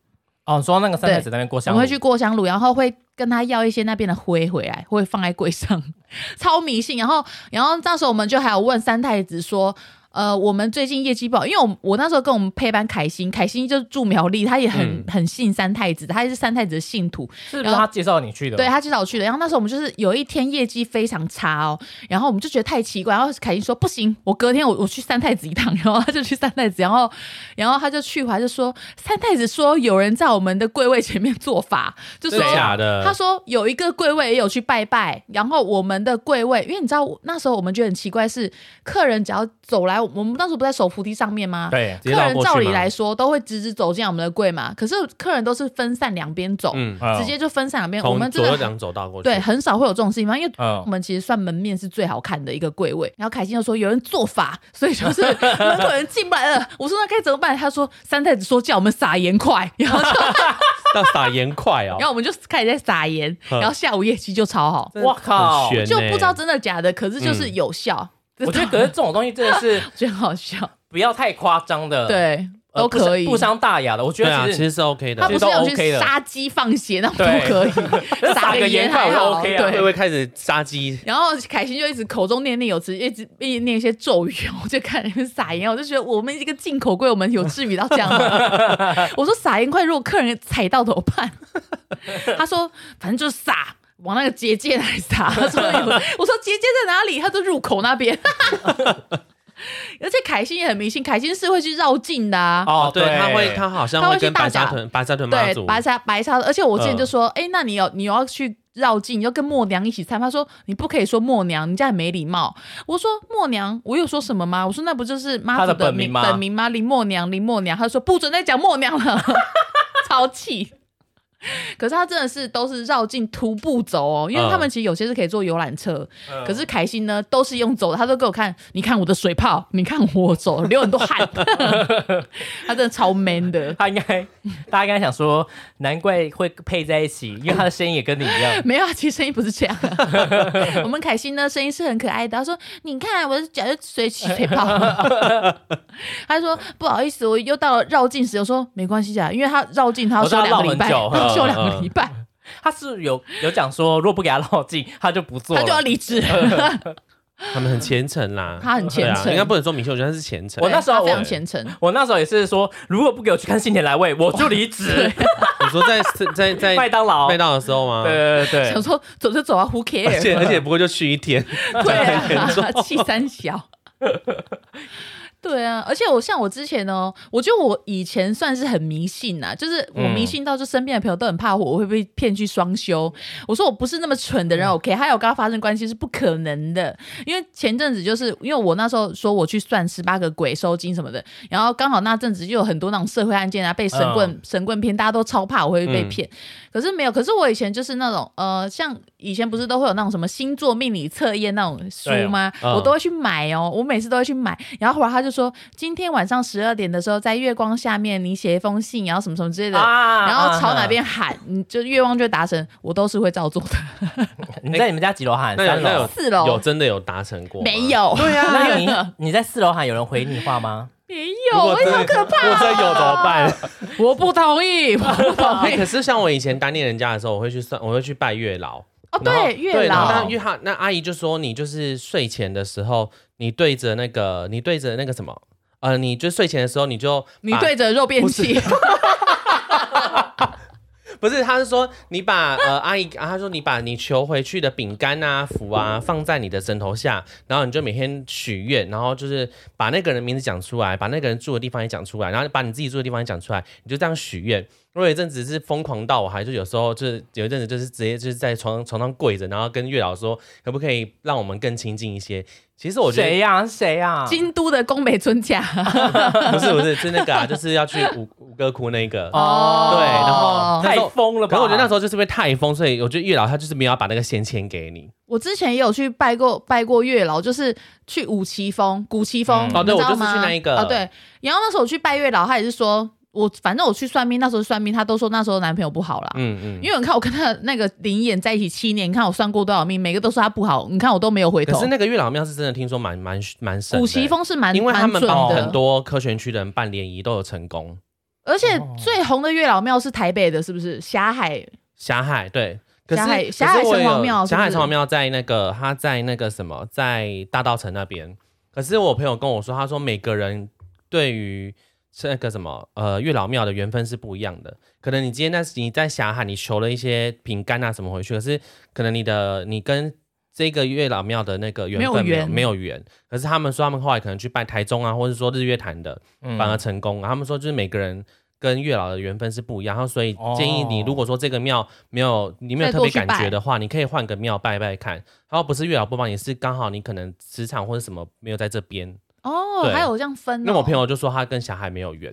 S2: 哦，你说那个三太子那边过
S1: 我
S2: 香
S1: 们
S2: 炉
S1: 会去过香炉，然后会跟他要一些那边的灰回来，会放在柜上， 超迷信。然后，然后那时候我们就还有问三太子说。呃，我们最近业绩不好，因为我我那时候跟我们配班凯欣，凯欣就是住苗栗，他也很、
S3: 嗯
S1: 很信三太子，他也是三太子的信徒，
S2: 是不是他介绍你去
S3: 啊
S2: 的？
S1: 对他介绍我去的。然后那时候我们就是有一天业绩非常差哦，然后我们就觉得太奇怪，然后凯欣说不行，我隔天我我去三太子一趟，然后他就去三太子，然后 然后他就去回来就说三太子说有人在我们的柜位前面做法，就
S3: 真
S1: 说
S3: 的假的？
S1: 他说有一个柜位也有去拜拜，然后我们的柜位，因为你知道我那时候我们觉得很奇怪是，客人只要走来，我们当时不在手扶梯上面吗？
S2: 对，
S3: 直
S1: 客
S3: 接绕
S1: 人
S3: 过去
S1: 照理
S3: 吗
S1: 来说都会直直走进来我们的柜嘛，可是客人都是分散两边走，
S3: 嗯，
S2: 嗯
S1: 直接就分散两边，我们真
S3: 从左右
S1: 的
S3: 两走道过去，
S1: 对很少会有这种事情嘛，因为。我
S2: 嗯，
S1: 们其实算门面是最好看的一个柜位，然后凯欣就说有人做法，所以 就是门口有人进不来了。我说那该怎么办？他说三太子说叫我们撒盐块， 然后就
S3: 到撒盐块哦
S1: 然，后我们就开始在撒盐，
S3: 嗯
S1: 然后下午业绩就超好，
S2: 哇靠
S3: 很！悬欸
S1: 就
S3: 呢
S1: 不知道真的假的，可是
S2: 嗯
S1: 就是有效，
S2: 我觉得，可是这种东西真的是
S1: 真好笑。
S2: 不要太夸张的，，
S1: 对，
S2: 呃
S1: 都
S2: 不伤
S1: 可以
S2: 不伤大雅的。我觉
S3: 对
S2: 得
S3: 啊，
S2: 其
S3: 其
S2: 实
S3: 实是 OK 的
S1: 他。不是有
S2: 其实都 OK
S1: 去
S2: 的
S1: 杀鸡放血那种都
S2: 对
S1: 可以，撒
S2: 撒个
S1: 盐
S2: 盐块
S1: 还好
S2: 我都 OK 啊
S3: 会不
S1: 对。
S3: 会开始杀鸡？
S1: 然后凯欣就一直口中念念有词，一直一直念一些咒语， 我就看人撒盐，我就觉得我们一个进口柜，我们有至于到这样吗？ 我说撒盐块，如果客人踩到怎么办？ 他说反正就撒，往那个结界来撒。 他说有，我说结界在哪里？他说入口那边。 而且凯欣也很迷信，凯欣是会去绕境的啊。
S2: 哦，
S3: 对，他
S2: 他
S3: 会，他好像
S1: 他会
S3: 会
S1: 去
S3: 跟
S1: 大
S3: 白沙
S1: 甲
S3: 屯、白沙屯妈
S1: 对
S3: 祖，
S1: 白沙白沙的，而且我之前
S3: 嗯
S1: 就说，哎、那你有你要去绕境，你要跟默娘一起参。他说你不可以说默娘，你这样很没礼貌。我说默娘，我有说什么吗？我说那不就是妈祖
S2: 她的本
S1: 名
S2: 名吗
S1: 本名吗？林默娘，林默娘。他说不准再讲默娘了， 超气。可是他真的是都是绕境徒步走哦，因为他们其实有些是可以坐游览车，可是凯欣呢都是用走的，他都给我看，你看我的水泡，你看我走流很多汗， 他真的超 man 的。
S2: 他应该， 大家应该想说，难怪会配在一起，
S1: 。
S2: 因为他的声音也跟你一样
S1: 没有啊，其实声音不是这样、 我们凯欣呢，声音是很可爱的。她说：“你看，我的脚就随起水 泡。”她说：“不好意思，我又到了绕境时。”我说：“没关系啊，因为她绕境，她要
S2: 我
S1: 休
S2: 知道
S1: 两个礼拜，
S2: 绕很
S1: 她
S2: 久
S1: 要休
S3: 嗯
S1: 两个
S3: 嗯
S1: 礼拜，
S2: 他是有有讲说，如果不给他绕进，他就不做
S1: 她就要
S2: 了。
S1: 离职。
S3: 他们很虔诚啦。
S1: 她很
S3: 对
S1: 虔
S3: 啊，
S1: 诚，
S3: 应该不能说明秀，我觉得他是虔诚
S2: 我。那时候
S1: 她非
S2: 我
S1: 常虔诚。
S2: 我那时候也是说，如果不给我去看《新年 来未》，我就离职。
S3: 你说在 在在
S2: 麦当劳
S3: 麦，当劳的时候吗？
S2: 对对对
S1: 想，说走就走啊，Who
S3: 而
S1: care？
S3: 且而且不过就去一天，
S1: 对
S3: 讲得
S1: 啊
S3: 很，重
S1: 气三小。 对啊，而且我像我之前哦，我觉得我以前算是很迷信啊，就是我迷信到就身边的朋友都很怕我，我会被骗去双休。我说我不是那么蠢的人，OK？还有跟他发生关系是不可能的，因为前阵子就是因为我那时候说我去算十八个鬼收金什么的，然后刚好那阵子就有很多那种社会案件啊，被神棍、神棍骗，大家都超怕我会被骗。可是没有，可是我以前就是那种呃，像以前不是都会有那种什么星座命理测验那种书吗？
S3: 对哦
S1: 我
S3: 嗯
S1: 都会去买哦，我每次都会去买。然后后来他就说，今天晚上十二点的时候，在月光下面你写一封信，然后什么什么之类的。
S2: 啊
S1: 然后朝哪？边喊，你就愿望就会达成。我都是会照做 的。
S2: 你在你们家几楼喊？
S3: 那有
S2: 三
S3: 那
S2: 楼
S3: 有。
S1: 四楼
S3: 有真的有啊达成过吗？
S1: 没有，对呀
S2: 那 你你在四楼喊，有人回你话吗？
S1: 没
S3: 如
S1: 有，
S3: 果
S1: 我
S3: 真的
S1: 好可怕、
S3: 如果真的有怎么办？
S1: 我不同意，我不同
S3: 哎
S1: 意
S3: 可。是像我以前单恋人家的时候，我会去算，我会去拜月老。
S1: 哦，
S3: 然后
S1: 对，月
S3: 然后
S1: 老
S3: 那月他那阿姨就说，你就是睡前的时候，你对着那个，你对着那个什么，呃，你就睡前的时候，你就
S1: 你
S3: 把
S1: 对着肉便器，
S3: 啊不是，他是说你把呃阿姨，啊他说你把你求回去的饼干啊、符啊放在你的枕头下，然后你就每天许愿，然后就是把那个人名字讲出来，把那个人住的地方也讲出来，然后把你自己住的地方也讲出来，你就这样许愿。我有一阵子是疯狂到我还就有时候就是有一阵子就是直接就是在床床上跪着，然后跟月老说可不可以让我们更亲近一些。其实我觉
S2: 谁
S3: 得
S2: 呀？谁呀？
S1: 京都的宫北尊家。
S3: 不是不是是那个啊，就是要去五五哥窟那个。
S2: 哦
S3: 对然
S1: 后
S3: 那时候
S2: 太疯了吧？
S3: 可是我觉得那时候就是因为太疯，所以我觉得月老他就是没有要把那个先签给你。
S1: 我之前也有去拜过拜过月老，就是去五旗峰、古旗峰，
S3: 哦对
S1: 你知道
S3: 我就是
S1: 吗
S3: 去那一个
S1: 哦，对。然后那时候我去拜月老，他也是说我，反正我去算命，那时候算命，他都说那时候男朋友不好啦。
S3: 嗯嗯。
S1: 因为你看，我跟他那个灵眼在一起七年，你看我算过多少命，每个都说他不好，你看我都没有回
S3: 可
S1: 头
S3: 是。那个月老庙是真的，听说蛮蛮蛮神的欸。
S1: 古奇峰是蛮
S3: 因为他
S1: 蛮
S3: 们
S1: 准
S3: 帮
S1: 的，
S3: 很多科学区的人办联谊都有成功。
S1: 而且最红的月老庙是台北的，是不是？霞海
S3: 霞海对，可是
S1: 霞海
S3: 可是
S1: 霞海
S3: 我
S1: 城隍
S3: 有
S1: 庙是
S3: 霞
S1: 不
S3: 海
S1: 是
S3: 城隍庙在那个他在那个什么，在大道城那边。可是我朋友跟我说，他说每个人对于是那个什么呃月老庙的缘分是不一样的。可能你今天在你在霞海，你求了一些饼干啊什么回去，可是可能你的你跟这个月老庙的那个缘
S1: 没有
S3: 分没有
S1: 缘
S3: 没有缘。可是他们说他们后来可能去拜台中啊，或者说日月潭的，反而成功。他们说就是每个人跟月老的缘分是不一样，然后所以建议你，
S2: 哦
S3: 如果说这个庙没有你没有
S1: 再
S3: 特
S1: 多
S3: 别
S1: 去
S3: 感
S1: 拜
S3: 觉的话，你可以换个庙拜拜看。然后不是月老不帮你，是刚好你可能磁场或者什么没有在这边。
S1: 哦，
S3: 对
S1: 还有这样分、哦。
S3: 那我朋友就说他跟小孩没有缘，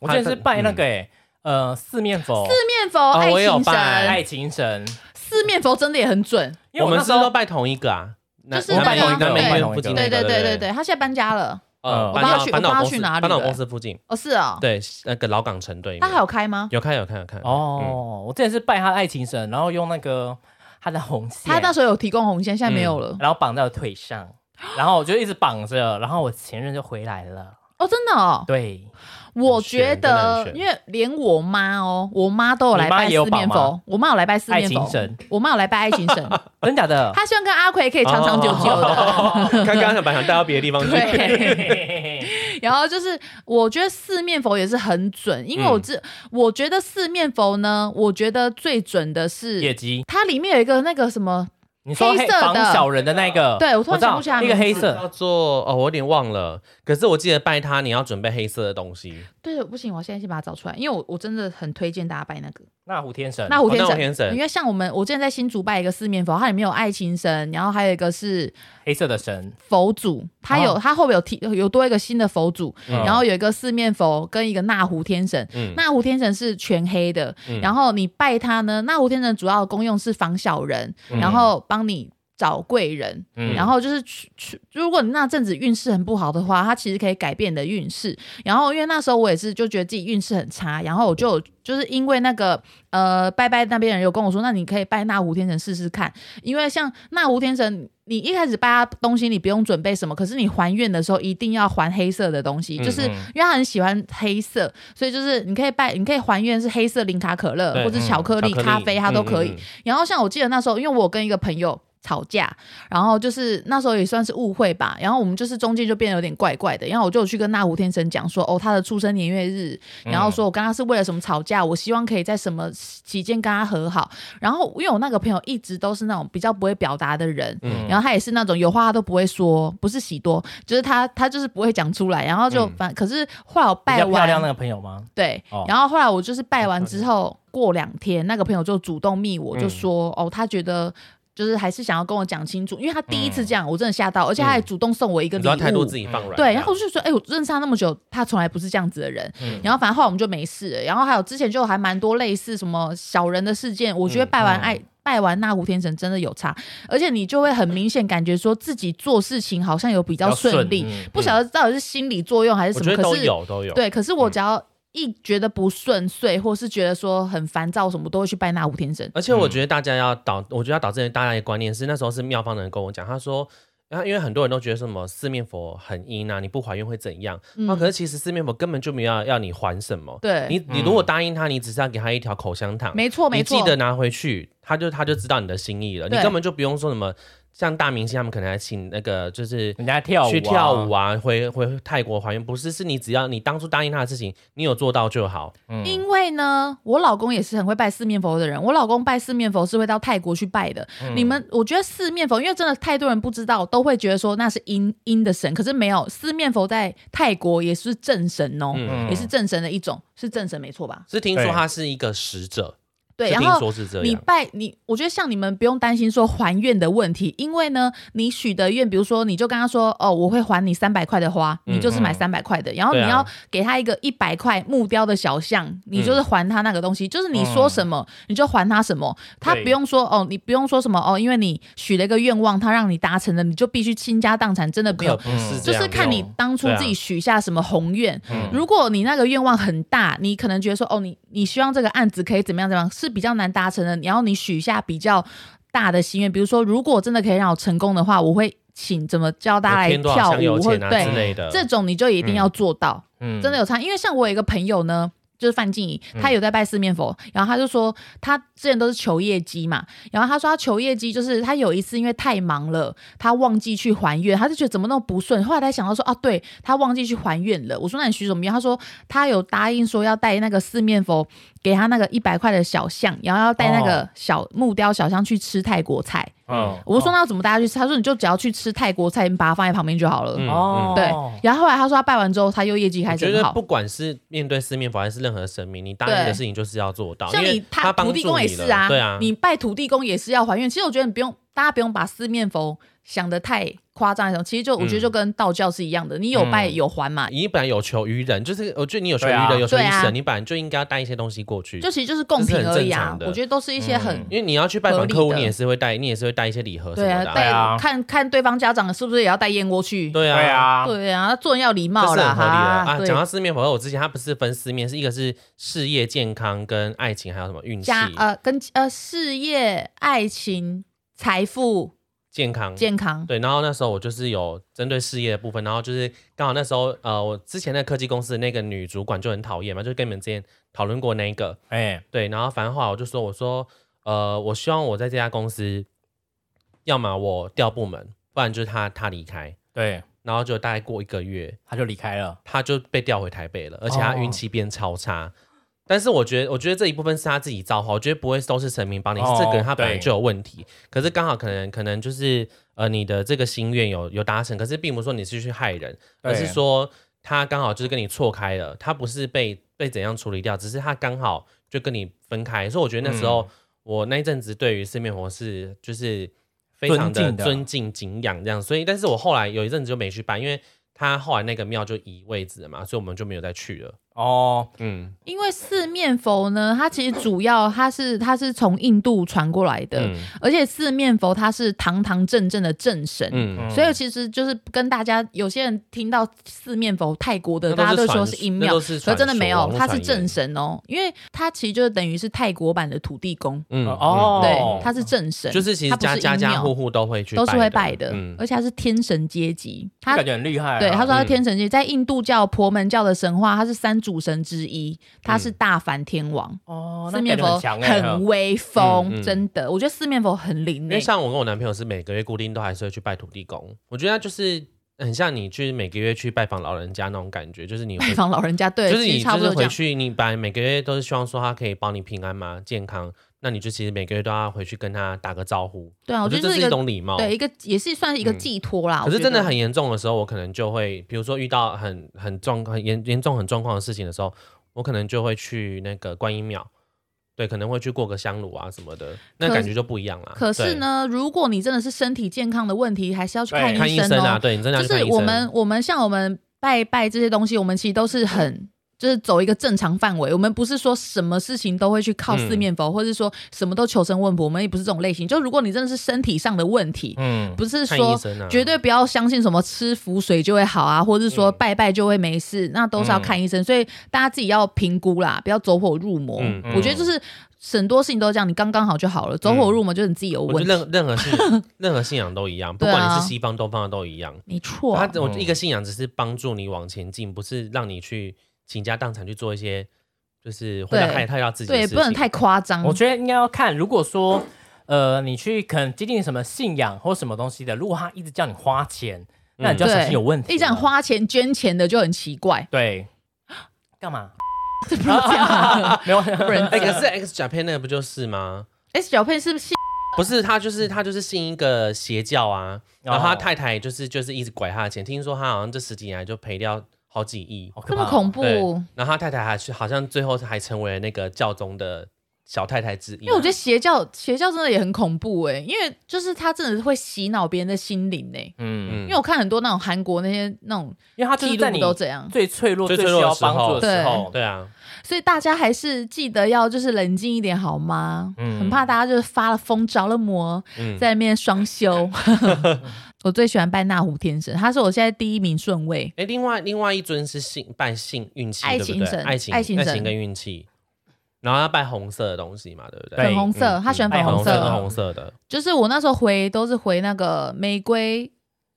S2: 我之前是拜那个哎，呃，四面佛，
S1: 四面佛、
S3: 嗯哦
S1: 爱
S3: 我也有
S1: 情
S3: 拜
S1: 神，
S2: 爱情神，
S1: 四面佛真的也很准。
S2: 因为
S3: 我们
S2: 那
S3: 是不
S2: 时
S3: 是都
S2: 候
S3: 拜同一个啊。南
S1: 就是
S3: 南
S1: 那个
S3: 美南
S1: 对
S3: 美附近
S2: 对
S1: 对对对
S3: 那个
S1: 对
S3: 对
S1: 对，，他现在搬家了。
S3: 呃，
S2: 我
S3: 搬
S1: 帮他
S3: 到
S1: 去我
S3: 搬到
S1: 帮他
S3: 公
S1: 去
S3: 司
S1: 哪里
S3: 搬到
S1: 了
S3: 公司附近，
S1: 哦，是哦，
S3: 对，那个老港城对面
S1: 他还有开吗？
S3: 有看有看有看嗯
S2: 哦，我之前是拜他的爱情神，然后用那个他嗯的红线，
S1: 他那时候有提供红线，现在没有了。
S2: 然后绑在我腿上，然后我就一直绑着，然后我前任就回来了。
S1: 哦，真的哦，
S2: 对，
S1: 我
S3: 很玄
S1: 觉
S3: 真的很
S1: 得，
S3: 玄
S1: 因为连我妈哦，我妈都有
S2: 你
S1: 来
S2: 妈
S1: 拜
S2: 也有
S1: 四
S2: 保
S1: 面
S2: 吗
S1: 佛，我妈有来拜四
S2: 爱
S1: 面
S2: 情
S1: 佛
S2: 神，
S1: 我妈有来拜爱情 神，
S2: 真假的？
S1: 她希望跟阿奎可以长长久久
S2: 哦
S1: 的。
S3: 刚刚想把想带到别的地方去，
S1: 对， 然后就是我觉得四面佛也是很准，因为我
S3: 嗯
S1: 这、我觉得四面佛呢，我觉得最准的
S2: 野
S1: 是
S2: 鸡，
S1: 它里面有一个那个什么，
S2: 你说
S1: 黑色的
S2: 防小人的那个，
S1: 对我突然
S2: 知
S1: 想不
S2: 道
S1: 起来
S2: 那个
S1: 名
S2: 黑
S1: 字
S2: 色
S3: 叫做哦，我有点忘了。可是我记得拜他，你要准备黑色的东西。
S1: 对，不行，我现在先把它找出来，因为我我真的很推荐大家拜那个。
S2: 那虎天神，
S1: 那虎天
S3: 哦那
S1: 神，
S3: 虎天神
S1: 因为像我们，我之前在新竹拜一个四面佛，它里面有爱情神，然后还有一个是
S2: 黑色的神，
S1: 佛祖，它有、它后面有提有多一个新的佛祖，
S3: 嗯
S1: 然后有一个四面佛跟一个纳胡天神。
S3: 嗯，
S1: 纳胡天神是全黑的，
S3: 嗯
S1: 然后你拜它呢，纳胡天神主要的功用是防小人，
S2: 嗯
S1: 然后帮你。找贵人，
S2: 嗯
S1: 然后就是去去，如果你那阵子运势很不好的话，它其实可以改变你的运势。然后因为那时候我也是就觉得自己运势很差，然后我就就是因为那个呃拜拜那边人有跟我说，那你可以拜那胡天神试试看，因为像那胡天神，你一开始拜他东西你不用准备什么，可是你还愿的时候一定要还黑色的东西，
S3: 嗯
S1: 就是因
S2: 嗯
S1: 为他很喜欢黑色，所以就是你可以拜，你可以还愿是黑色零卡可乐
S3: 对嗯
S1: 或者巧克力、
S3: 巧克力
S1: 咖啡，它都
S3: 嗯
S1: 可以。
S3: 嗯嗯
S1: 然后像我记得那时候，因为我跟一个朋友吵架，然后就是那时候也算是误会吧，然后我们就是中间就变得有点怪怪的，然后我就有去跟那胡天神讲说，哦，他的出生年月日，然后说我跟他是为了什么吵架，我希望可以在什么期间跟他和好。然后因为我那个朋友一直都是那种比较不会表达的人，
S3: 嗯
S1: 然后他也是那种有话他都不会说，不是喜多，就是他他就是不会讲出来，然后就
S3: 嗯
S1: 反、可是后来我
S2: 比
S1: 拜
S2: 较漂
S1: 完
S2: 亮那个朋友吗？
S1: 对，
S2: 哦
S1: 然后后来我就是拜完之后，过两天那个朋友就主动密我，
S3: 哦嗯
S1: 就说、哦，他觉得就是还是想要跟我讲清楚，因为他第一次这样，我真的吓到，而且他还主动送我一个
S3: 你
S1: 礼
S3: 知道
S1: 物。
S3: 态度自己放软。
S1: 对，然后我就说，哎、我认识他那么久，他从来不是这样子的人。
S2: 嗯
S1: 然后反正后来我们就没事了。然后还有之前就还蛮多类似什么小人的事件，我觉得
S3: 嗯
S1: 拜完
S2: 嗯
S1: 爱、拜完那胡天神真的有差，而且你就会很明显感觉说自己做事情好像有比较
S2: 比较顺
S1: 顺利，不晓得到底是心理作用还是
S3: 嗯
S1: 什
S3: 我
S1: 么，
S3: 觉得
S1: 可
S3: 都
S1: 是
S3: 有都有。
S1: 对，可是我
S3: 嗯
S1: 只要一觉得不顺遂，或是觉得说很烦躁，什么都会去拜那五天神。
S3: 而且我觉得大家要导，我觉得要导致大家的观念是，那时候是妙方的人跟我讲，他说。然后，因为很多人都觉得什么四面佛很阴啊，你不怀孕会怎样？啊
S1: 嗯
S3: 那、可是其实四面佛根本就没有要要你还什么。
S1: 对
S3: 你你如果答应他，你只是要给他一条口香糖，
S1: 没错，没
S3: 你
S1: 错，
S3: 记得拿回去，他就他就知道你的心意了。你
S1: 对
S3: 根本就不用说什么，像大明星他们可能还请那个就是
S2: 人家跳舞啊
S3: 去跳舞啊，回回泰国还原，不是是你只要你当初答应他的事情，你有做到就好。
S1: 因为呢，我老公也是很会拜四面佛的人。我老公拜四面佛是会到泰国去拜的。
S3: 嗯
S1: 你们，我觉得四面佛，因为真的太多人不知道，都会觉得说那是阴阴的神，可是没有，四面佛在泰国也是正神哦，
S3: 嗯，
S1: 也是正神的一种，是正神没错吧？
S3: 是听说
S2: 对
S3: 他是一个使者，
S1: 对，
S3: 是
S1: 然
S3: 听
S1: 后
S3: 说是这
S1: 你
S3: 样。
S1: 拜你，我觉得像你们不用担心说还愿的问题，因为呢，你许的愿，比如说你就跟他说，哦，我会还你三百块的花，
S3: 嗯
S1: 你就是买三百块的，然后你
S3: 对啊
S1: 要给他一个一百块木雕的小像，你
S3: 嗯
S1: 就是还他那个东西，就是你说什么、你就还他什么，他
S2: 对
S1: 不用说哦，你不用说什么哦，因为你许了一个愿望，他让你达成了，你就必须倾家荡产，真的没
S3: 可
S1: 有。
S3: 不是这
S1: 就
S3: 样
S1: 是
S3: 的哦，
S1: 看你当初
S3: 对啊
S1: 自己许下什么宏愿，
S2: 嗯
S1: 如果你那个愿望很大，你可能觉得说，哦，你你希望这个案子可以怎么样怎么样，是比较难达成的。然后你许下比较大的心愿，比如说，如果真的可以让我成功的话，我会请怎么教大家
S3: 我
S1: 来
S3: 添多少
S1: 跳
S3: 香油
S1: 舞，或
S3: 钱啊之
S1: 对
S3: 类的。
S1: 这种你就一定要做到，
S2: 嗯
S1: 真的有差。因为像我有一个朋友呢。就是范静怡，她有在拜四面佛，然后她就说，她之前都是求业绩嘛，然后她说她求业绩，就是她有一次因为太忙了，她忘记去还愿，她就觉得怎么那么不顺，后来才想到说，啊，对，她忘记去还愿了。我说那你许什么愿？她说她有答应说要带那个四面佛给她那个一百块的小象，然后要带那
S2: 哦
S1: 个小木雕小象去吃泰国菜。
S2: 嗯
S1: 我说那要怎么带她去吃？她说你就只要去吃泰国菜，你把它放在旁边就好了。
S3: 嗯
S2: 哦，
S1: 对，然后后来他说他拜完之后，他又业绩
S3: 我
S1: 开始
S3: 觉
S1: 很
S3: 得
S1: 好
S3: 不。管是面对四面佛还是任何神明，你答应
S1: 对
S3: 的事情就是要做到，
S1: 像
S3: 因为
S1: 你他
S3: 帮
S1: 土
S3: 助
S1: 地
S3: 你
S1: 公
S3: 了
S1: 也是啊，
S3: 对啊，
S1: 你拜土地公也是要还愿。其实我觉得你不用，大家不用把四面佛想的太夸张一种，其实就我觉
S3: 嗯
S1: 得就跟道教是一样的，你有拜有还嘛，
S3: 你本来有求于人，就是我觉得你有求于
S2: 对啊
S3: 人，有求于
S1: 对啊
S3: 神，你本来就应该要带一些东西过去
S1: 就。其实就是贡
S3: 这是
S1: 品
S3: 很
S1: 而已
S3: 正
S1: 啊
S3: 常。的
S1: 我觉得都是一些很。
S2: 嗯
S3: 因为你要去拜
S1: 合
S3: 访
S1: 理
S3: 客户，
S1: 的
S3: 你也是会带，你也是会带一些礼盒什
S1: 对
S3: 么
S1: 啊
S3: 的，啊。
S1: 带、
S2: 对啊
S1: 看看对方家长是不是也要带燕窝去？
S3: 对
S2: 对
S3: 啊，
S2: 啊，
S1: 对啊，做人要礼
S3: 这
S1: 貌
S3: 是
S1: 啦
S3: 很合理的
S1: 哈。
S3: 啊。
S1: 对
S3: 讲到四面佛，我之前它不是分四面，是一个是事业、健康跟爱
S1: 呃
S3: 情，还有什么运气。
S1: 家呃跟呃事业、爱情、财富、
S3: 健康，
S1: 健康，
S3: 对，然后那时候我就是有针对事业的部分，然后就是刚好那时候呃，我之前那科技公司的那个女主管就很讨厌嘛，就跟你们之前讨论过那一个，
S2: 哎，
S3: 对，然后反正后来我就说，我说呃，我希望我在这家公司，要么我调部门，不然就是他他离开，
S2: 对，
S3: 然后就大概过一个月，
S2: 他就离开了。
S3: 他就被调回台北了，而且他
S2: 哦
S3: 运气变超差。但是我觉得，我觉得这一部分是他自己造化，我觉得不会都是神明帮你，
S2: 哦
S3: 这个人他本来
S2: 对
S3: 就有问题。可是刚好可能可能就是呃你的这个心愿有有达成，可是并不是说你是去害人，而是
S2: 对
S3: 说他刚好就是跟你错开了，他不是被被怎样处理掉，只是他刚好就跟你分开。所以我觉得那时
S2: 嗯
S3: 候、我那一阵子对于四面佛是就是非常
S2: 尊
S3: 的
S2: 敬的啊
S3: 尊敬敬仰这样，所以但是我后来有一阵子就没去拜，因为他后来那个庙就移位置了嘛，所以我们就没有再去了。
S2: 哦，
S3: 嗯，
S1: 因为四面佛呢，它其实主要它是它是从印度传过来的，
S3: 嗯
S1: 而且四面佛它是堂堂正正的正神。
S3: 嗯，
S2: 嗯
S1: 所以其实就是跟大家有些人听到四面佛泰国的，
S3: 那
S1: 大家
S3: 都
S1: 都
S3: 是
S1: 说
S3: 传
S1: 是阴
S3: 那
S1: 庙
S3: 都，是
S1: 可
S3: 传
S1: 真的没有
S3: 说，
S1: 它是正。神哦，因为它其实就是等于是泰国版的土地公，
S3: 网络传言嗯
S2: 哦
S1: 对，它是正神，
S3: 就是其实
S1: 它不
S3: 家
S1: 是
S3: 家
S1: 阴
S3: 家
S1: 庙
S3: 户户都会去，
S1: 都是会拜的
S3: 的，，嗯
S1: 而且它是天神阶级，它
S2: 感觉很厉害啊。
S1: 对，他说他是
S3: 嗯
S1: 天神界，在印度教、婆门教的神话，他是三主神之一，
S3: 嗯
S1: 他是大梵天王。
S2: 哦，那
S1: 四面
S2: 感觉
S1: 佛
S2: 很强哎，
S1: 很威风，
S3: 嗯嗯
S1: 真的，我觉得四面佛很灵欸
S3: 因
S1: 诶、
S3: 为像我跟我男朋友是每个月固定都还是会去拜土地公，我觉得他就是很像你去每个月去拜访老人家那种感觉，就是你会
S1: 拜访老人家，对，
S3: 就是
S1: 其
S3: 你
S1: 实差
S3: 就
S1: 不
S3: 是
S1: 多这
S3: 回
S1: 样。
S3: 去，你把每个月都是希望说他可以保你平安嘛、健康，那你就其实每个月都要回去跟他打个招呼。
S1: 对啊，我
S3: 我
S1: 觉
S3: 觉
S1: 得这
S3: 得这
S1: 是
S3: 是
S1: 一
S3: 一
S1: 个
S3: 种礼貌。
S1: 对一个也是算是一个
S3: 嗯
S1: 寄托啦。
S3: 可是
S1: 我觉
S3: 真的
S1: 得
S3: 很严重的时候，我可能就会，比如说遇到很很状很严严重很状况的事情的时候，我可能就会去那个观音庙，对，可能会去过个香炉啊什么的，那
S1: 可
S3: 感觉就不一样啦。
S1: 可是呢，如果你真的是身体健康的问题，还是要去
S2: 对
S1: 看
S3: 对，看
S1: 医
S3: 医
S1: 生
S3: 生
S1: 哦、
S3: 啊，对你真的要
S1: 就
S3: 去看
S1: 是
S3: 医生
S1: 我们我们像我们拜拜这些东西，我们其实都是很。就是走一个正常范围，我们不是说什么事情都会去靠
S3: 嗯
S1: 四面佛，或者说什么都求神问卜，我们也不是这种类型。就如果你真的是身体上的问题，
S2: 嗯，
S1: 不是
S3: 看医
S1: 说
S3: 生啊，
S1: 绝对不要相信什么吃符水就会好啊，或者是说
S3: 嗯
S1: 拜拜就会没事，那都是要看医生。所以大家自己要评估啦，不要走火入魔。
S3: 嗯嗯
S1: 我觉得就是很多事情都这样，你刚刚好就好了。走火入魔就是你自己有
S3: 我
S1: 问
S3: 觉
S1: 题，
S3: 得任任何信 仰任何信仰都一样，不
S1: 对啊
S3: 管你是西方东方的都一样。
S1: 没错。啊
S3: 他我
S2: 嗯
S3: 一个信仰只是帮助你往前进，不是让你去倾家荡产去做一些就是会
S1: 对
S3: 害害到自己的
S1: 对，
S3: 事情。
S1: 不能太夸张。
S2: 我觉得应该要看，如果说。呃，你去可能接近什么信仰或什么东西的，如果他一直叫你花钱，那你就要小心有问题了。，
S1: 一讲花钱捐钱的就很奇 怪
S2: 对，干 嘛？
S1: 这不是这样。
S2: 没有，
S1: 不然
S3: 哎、可是 X 甲片那个不就是吗？
S1: S 小佩是不是
S3: 不是，他就是他就是信一个邪教啊，
S2: 哦
S3: 然后他太太就是就是一直拐他的钱，听说他好像这十几年来就赔掉好几亿，
S1: 这么恐
S2: 怖，
S1: 怖？
S3: 对，然后他太太还是好像最后还成为了那个教宗的小太太之一，啊
S1: 因哎为我觉得邪教邪教真的也很恐怖哎、因为就是他真的会洗脑别人的心灵哎、
S2: 嗯，
S1: 因
S3: 嗯
S1: 为我看很多那种韩国那些那种
S2: 因为他就是
S1: 记
S2: 在
S1: 录
S2: 你
S1: 都这样，
S2: 最脆弱、
S3: 最
S2: 最
S3: 脆
S2: 需
S3: 弱的
S2: 要
S3: 时
S2: 帮
S3: 候
S2: 助的时候，
S3: 对啊，
S1: 所以大家还是记得要就是冷静一点好吗？
S2: 嗯
S1: 很怕大家就是发了疯着了魔，
S3: 嗯，
S1: 在那边双修。 我最喜欢拜那虎天神，他是我现在第一名顺位。
S3: 哎，另外另外一尊是性拜性运气，
S1: 爱
S3: 对不
S1: 情
S3: 对
S1: 神
S3: 爱情
S1: 爱情神
S3: 跟运气，然后要拜红色的东西嘛，对不对？
S1: 粉红色，
S3: 嗯
S1: 他喜欢粉
S2: 嗯
S1: 红
S3: 红
S1: 色，
S3: 跟红色的，
S1: 就是我那时候回都是回那个玫瑰，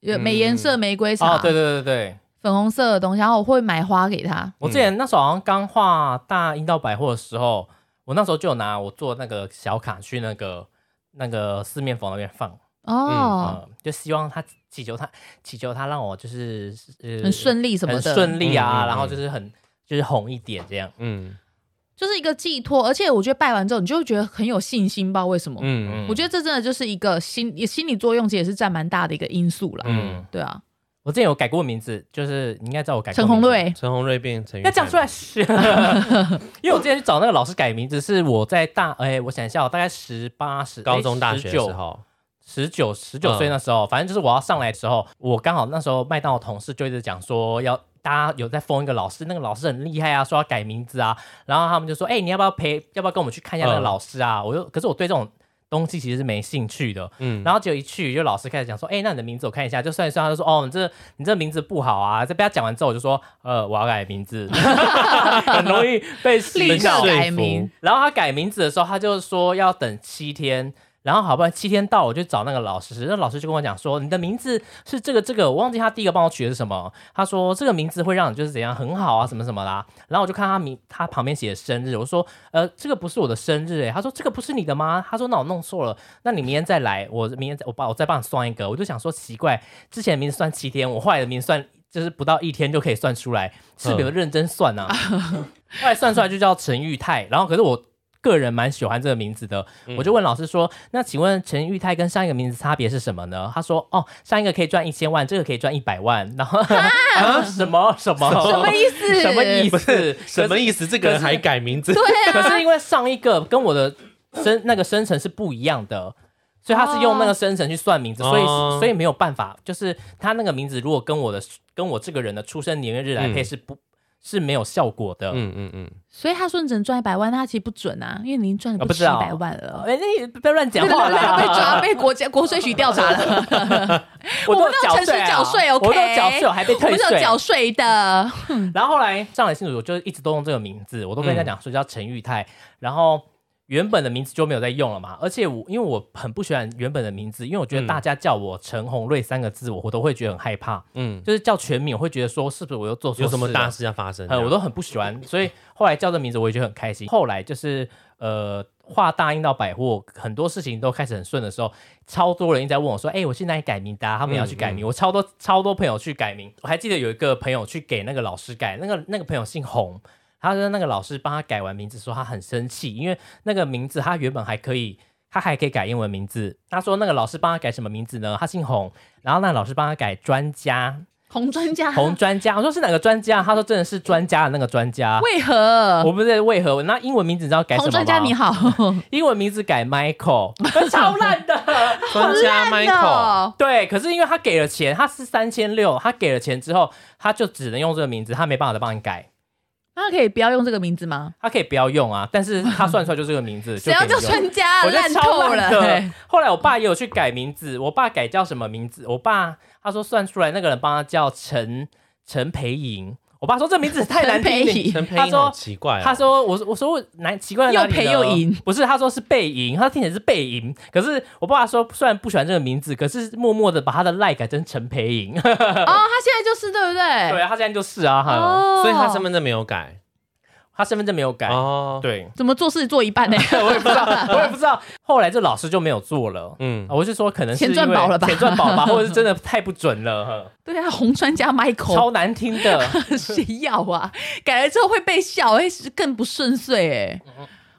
S1: 呃，
S2: 嗯
S1: 美颜色玫瑰茶，
S2: 哦，对对对对，
S1: 粉红色的东西，然后我会买花给他。
S2: 我之前那时候好像刚画大阴道百货的时候，我那时候就有拿我做那个小卡去那个那个四面佛那边放，
S1: 哦，
S2: 嗯，就希望他祈求他祈求他让我就是呃
S1: 很顺利什么
S2: 很
S1: 的，
S2: 顺利啊，
S3: 嗯嗯嗯
S2: 然后就是很就是红一点这样，
S3: 嗯
S1: 就是一个寄托。而且我觉得拜完之后，你就会觉得很有信心吧？为什么？
S3: 嗯嗯，
S1: 我觉得这真的就是一个心也心理作用，其实也是占蛮大的一个因素啦。
S2: 嗯，
S1: 对啊，
S2: 我之前有改过名字，就是你应该知道我改过
S1: 陈红
S2: 名字
S1: 瑞，
S3: 陈红瑞变成
S2: 要讲出来 是，因为我之前去找那个老师改名字，是我在大哎、我想一下哦，我大概十八十哎
S3: 高中大学的时候，
S2: 十九
S3: 嗯
S2: 十九岁那时候，反正就是我要上来的时候，我刚好那时候麦当劳同事就一直讲说要大家有在封一个老师，那个老师很厉害啊，说要改名字啊，然后他们就说，哎、你要不要陪，要不要跟我们去看一下那个
S3: 嗯
S2: 老师啊？我就可是我对这种东西其实是没兴趣的，
S3: 嗯，
S2: 然后结果一去，就老师开始讲说，哎、那你的名字我看一下，就算一算，他就说，哦，你这你这名字不好啊。这被他讲完之后，我就说，呃，我要改名 字， 很容易被洗
S1: 立刻
S2: 脑。
S1: 改名，
S2: 然后他改名字的时候，他就说要等七天，然后好不容易七天到，我就找那个老师，那老师就跟我讲说，你的名字是这个这个，我忘记他第一个帮我取的是什么。他说这个名字会让你就是怎样很好啊，什么什么啦。然后我就看他名，他旁边写的生日，我说呃这个不是我的生日诶、欸他说这个不是你的吗？他说那我弄错了，那你明天再来，我明天再我把我再帮你算一个。我就想说奇怪，之前的名字算七天，我后来的名字算就是不到一天就可以算出来，是没有认真算啊。后来算出来就叫陈玉泰，然后可是我个人蛮喜欢这个名字的，我就问老师说：“那请问陈玉泰跟上一个名字差别是什么呢？”他说：“哦，上一个可以赚一千万，这个可以赚一百万。”然后 啊什么什么
S1: 什么意思？
S2: 什么意
S1: 思？
S3: 不
S2: 思
S3: 是？什么意思？这个人还改名字？
S1: 对
S2: 可
S1: 啊，
S2: 是因为上一个跟我的生那个生辰是不一样的，所以他是用那个生辰去算名字，所以
S3: 哦
S2: 所以没有办法，就是他那个名字如果跟我的跟我这个人的出生年月日来配是不、是没有效果的。
S3: 嗯嗯嗯，
S1: 所以他说你只能赚一百万，那他其实不准啊，因为你已经赚了
S2: 啊
S1: 不
S2: 不
S1: 止
S2: 知
S1: 一
S2: 道
S1: 百万了。
S2: 哎、那你不要乱讲话啦！
S1: 被抓，被国家国税局调查 了。
S2: 我都
S1: 我
S2: 有
S1: 们都有
S2: 缴
S1: 诚实
S2: 税啊，
S1: 缴税，OK
S2: 我都有缴税，我还被
S1: 我
S2: 退
S1: 们是有
S2: 税。
S1: 缴税的，
S2: 然后后来上来新主，我就一直都用这个名字，我都跟
S3: 嗯
S2: 人家讲说叫陈玉泰，然后原本的名字就没有在用了嘛。而且我因为我很不喜欢原本的名字，因为我觉得
S3: 嗯
S2: 大家叫我陈红瑞三个字，我我都会觉得很害怕，
S3: 嗯，
S2: 就是叫全名我会觉得说是不是我又做错
S3: 有什么
S2: 事了
S3: 大事要发生？
S2: 呃，我都很不喜欢，所以后来叫这名字我也觉得很开心。后来就是呃，画大英到百货，很多事情都开始很顺的时候，超多人一直在问我说：“哎、我去哪里改名的、啊？”他们也要去改名，我超多超多朋友去改名。我还记得有一个朋友去给那个老师改，那个那个朋友姓洪。他说那个老师帮他改完名字，说他很生气，因为那个名字他原本还可以，他还可以改英文名字。他说那个老师帮他改什么名字呢？他姓洪，然后那个老师帮他改专家，
S1: 红专 家
S2: 红专家，我说是哪个专家？他说真的是专家的那个专家。
S1: 为何
S2: 我？不知道为何，那英文名字你知道改什么
S1: 红
S2: 吗？
S1: 专家你好，
S2: 英文名字改 Michael，超烂的。
S3: 专家 Michael，
S1: 哦
S2: 对，可是因为他给了钱，他是三千六，他给了钱之后，他就只能用这个名字，他没办法再帮你改，
S1: 那可以不要用这个名字吗？
S2: 他可以不要用啊，但是他算出来就这个名字，就
S1: 谁要
S2: 可以
S1: 叫
S2: 用
S1: 专家啊？
S2: 我觉
S1: 烂
S2: 得超
S1: 透了
S2: 烂。的
S1: 对。
S2: 后来我爸也有去改名字，我爸改叫什么名字？我爸他说算出来那个人帮他叫陈陈培莹。我爸说这名字太难
S1: 陈培
S2: 听
S1: 莹
S2: 了，
S3: 陈佩
S2: 他
S3: 英好
S2: 说
S3: 奇怪哦，
S2: 他说：“我我说我难奇怪在哪里
S1: 又
S2: 呢
S1: 赔又赢，
S2: 不是他说是背赢，他听起来是背赢。可是我爸爸说，虽然不喜欢这个名字，可是默默的把他的赖改成陈培赢。
S1: 哦，他现在就是对不
S2: 对
S1: 对？
S2: 啊，他现在就是啊，哈、
S1: 哦，
S3: 所以他身份证没有改
S2: 他身份证没有改。
S3: 哦，，
S2: 对，
S1: 怎么做事做一半呢？
S2: 我也不知道，我也不知道。后来这老师就没有做了。
S3: 嗯，
S2: 我是说，可能是因为
S1: 钱赚饱了吧
S2: 钱 赚饱吧，或者是真的太不准了，
S1: 对啊，红专家
S2: 呵
S1: Michael
S2: 超难听的。
S1: 谁要啊？改了之后会被笑，哎，更不顺遂哎。